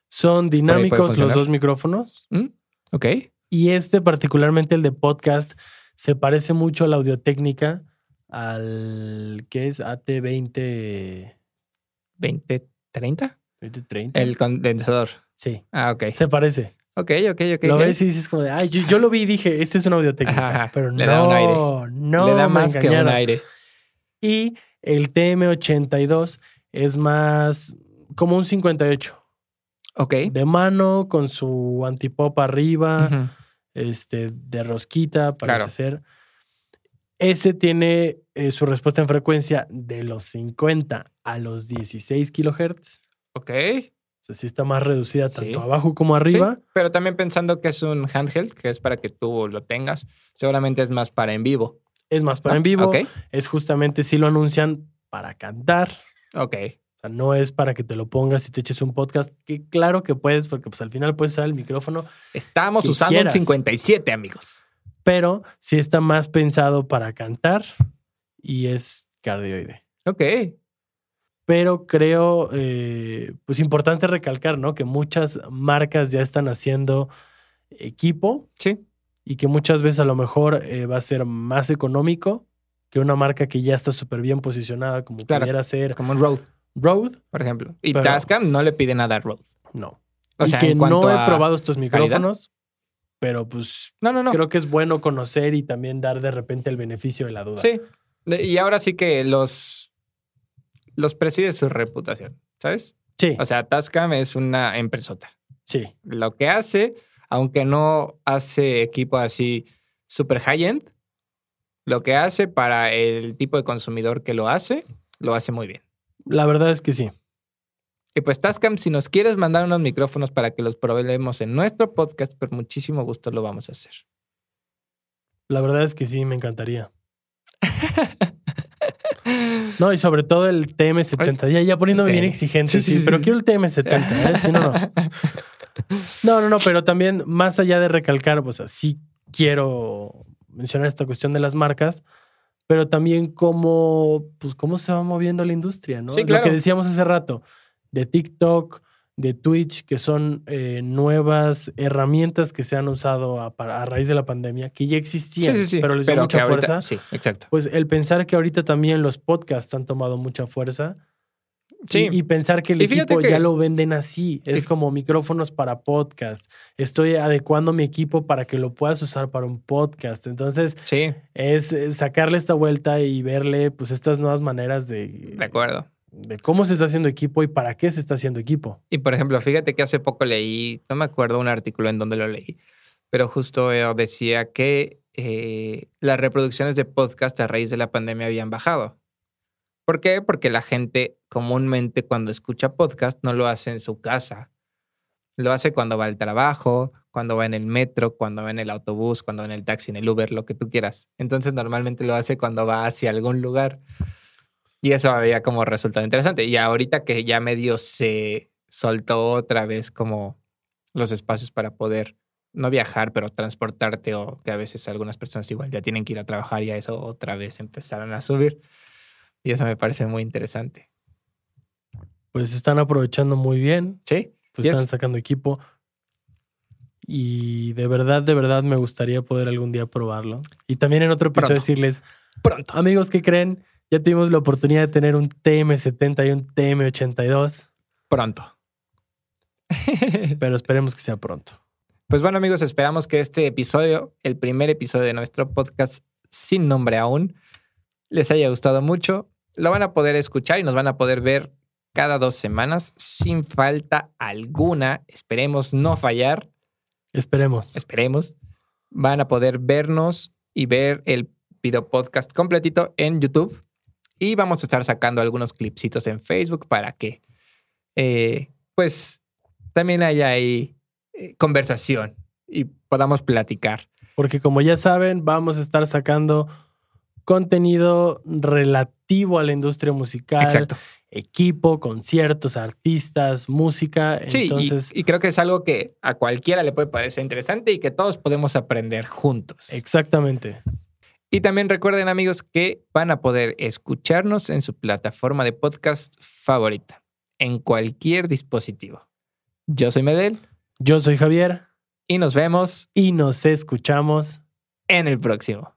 B: Son dinámicos los
A: funcionar.
B: dos micrófonos.
A: ¿Mm? Ok.
B: Y este, particularmente el de podcast, se parece mucho a la audiotécnica, al que es AT20.
A: 20, 30.
B: 2030.
A: El condensador.
B: Sí,
A: Ah, ok.
B: se parece.
A: Ok, ok, ok.
B: lo
A: ok.
B: ves y dices como de, ay, yo, yo lo vi y dije, este es una audiotécnica.
A: Ajá, ajá.
B: Pero
A: Le
B: no,
A: da un aire.
B: no,
A: Le da
B: me
A: más que un
B: engañaron.
A: aire.
B: Y el TM82 es más como un 58.
A: Ok.
B: De mano, con su antipop arriba,
A: Ujú.
B: este, de rosquita, parece
A: Claro.
B: ser. Ese tiene eh, su respuesta en frecuencia de los 50 a los 16 kilohertz.
A: Ok.
B: O sea, sí está más reducida tanto
A: Sí.
B: abajo como arriba.
A: Sí, pero también pensando que es un handheld, que es para que tú lo tengas, seguramente es más para en vivo.
B: Es más para
A: ¿no?
B: en vivo.
A: Ah, Ok.
B: Es justamente si lo anuncian para cantar.
A: Ok.
B: O sea, no es para que te lo pongas y te eches un podcast. Que claro que puedes, porque pues al final puedes usar el micrófono.
A: Estamos
B: Que
A: usando
B: quieras.
A: un 57, amigos.
B: Pero sí está más pensado para cantar y es cardioide.
A: Ok.
B: pero creo, eh, pues importante recalcar, ¿no? Que muchas marcas ya están haciendo equipo
A: Sí.
B: y que muchas veces a lo mejor eh, va a ser más económico que una marca que ya está súper bien posicionada, como
A: Claro.
B: pudiera ser
A: Como un road,
B: Rode.
A: por ejemplo. Y
B: Pero-
A: Tascam no le pide nada a road.
B: No.
A: O
B: y
A: sea,
B: que
A: en cuanto
B: no
A: a-
B: he probado estos
A: calidad.
B: micrófonos, pero pues
A: No, no, no.
B: creo que es bueno conocer y también dar de repente el beneficio de la duda.
A: Sí. De- Y ahora sí que los, los preside su reputación, ¿sabes?
B: Sí,
A: O sea, Tascam es una empresota.
B: sí,
A: Lo que hace, aunque no hace equipo así super high-end, lo que hace para el tipo de consumidor que lo hace, lo hace muy bien.
B: La verdad es que sí.
A: Y pues Tascam, si nos quieres mandar unos micrófonos para que los probemos en nuestro podcast, con muchísimo gusto lo vamos a hacer.
B: La verdad es que sí, me encantaría. No, y sobre todo el TM70. Ya, ya poniéndome
A: El
B: bien
A: TM.
B: exigente, sí,
A: Sí, sí, sí,
B: pero
A: sí.
B: quiero el TM70, ¿eh? Si no, no.
A: [laughs]
B: No, no, no, pero también más allá de recalcar, o sea, sí quiero mencionar esta cuestión de las marcas, pero también cómo, pues, cómo se va moviendo la industria, ¿no?
A: Sí,
B: Lo
A: claro.
B: que decíamos hace rato, de TikTok, de Twitch, que son eh, nuevas herramientas que se han usado a, para- a raíz de la pandemia, que ya existían, pero les dio
A: que
B: mucha
A: ahorita-
B: fuerza.
A: Sí, exacto.
B: Pues el pensar que ahorita también los podcasts han tomado mucha fuerza
A: Sí,
B: y, y pensar que el
A: Y fíjate
B: equipo
A: que-
B: ya lo venden así. Es
A: Y-
B: como micrófonos para podcast. Estoy adecuando mi equipo para que lo puedas usar para un podcast. Entonces,
A: sí,
B: es eh, sacarle esta vuelta y verle pues estas nuevas maneras de,
A: de acuerdo.
B: de cómo se está haciendo equipo y para qué se está haciendo equipo.
A: Y por ejemplo, fíjate que hace poco leí, no me acuerdo un artículo en donde lo leí, pero justo eh, decía que eh, las reproducciones de podcast a raíz de la pandemia habían bajado. ¿Por qué? Porque la gente comúnmente cuando escucha podcast no lo hace en su casa. Lo hace cuando va al trabajo, cuando va en el metro, cuando va en el autobús, cuando va en el taxi, en el Uber, lo que tú quieras. Entonces normalmente lo hace cuando va hacia algún lugar. Y eso había como resultado interesante. Y ahorita que ya medio se soltó otra vez como los espacios para poder no viajar, pero transportarte o que a veces algunas personas igual ya tienen que ir a trabajar y a eso otra vez empezaron a subir. Y eso me parece muy interesante.
B: Pues están aprovechando muy bien.
A: Sí,
B: pues
A: Y es-
B: están sacando equipo. Y de verdad, de verdad me gustaría poder algún día probarlo. Y también en otro episodio
A: Pronto.
B: decirles,
A: pronto.
B: amigos, ¿qué creen? Ya tuvimos la oportunidad de tener un TM70 y
A: [laughs]
B: un TM82,
A: Pronto.
B: pero esperemos que sea pronto.
A: Pues bueno, amigos, esperamos que este episodio, el primer episodio de nuestro podcast sin nombre aún, les haya gustado mucho. Lo van a poder escuchar y nos van a poder ver cada dos semanas sin falta alguna. Esperemos no fallar.
B: Esperemos.
A: esperemos, van a poder vernos y ver el video podcast completito en YouTube. Y vamos a estar sacando algunos clipsitos en Facebook para que, eh, pues, también haya ahí eh, conversación y podamos platicar.
B: Porque como ya saben, vamos a estar sacando contenido relativo a la industria musical,
A: Exacto.
B: equipo, conciertos, artistas, música.
A: Sí, y-
B: Entonces,
A: y creo que es algo que a cualquiera le puede parecer interesante y que todos podemos aprender juntos.
B: exactamente.
A: Y también recuerden, amigos, que van a poder escucharnos en su plataforma de podcast favorita, en cualquier dispositivo. Yo soy Medel
B: Yo soy Javier. y nos vemos
A: Y nos escuchamos.
B: en el próximo.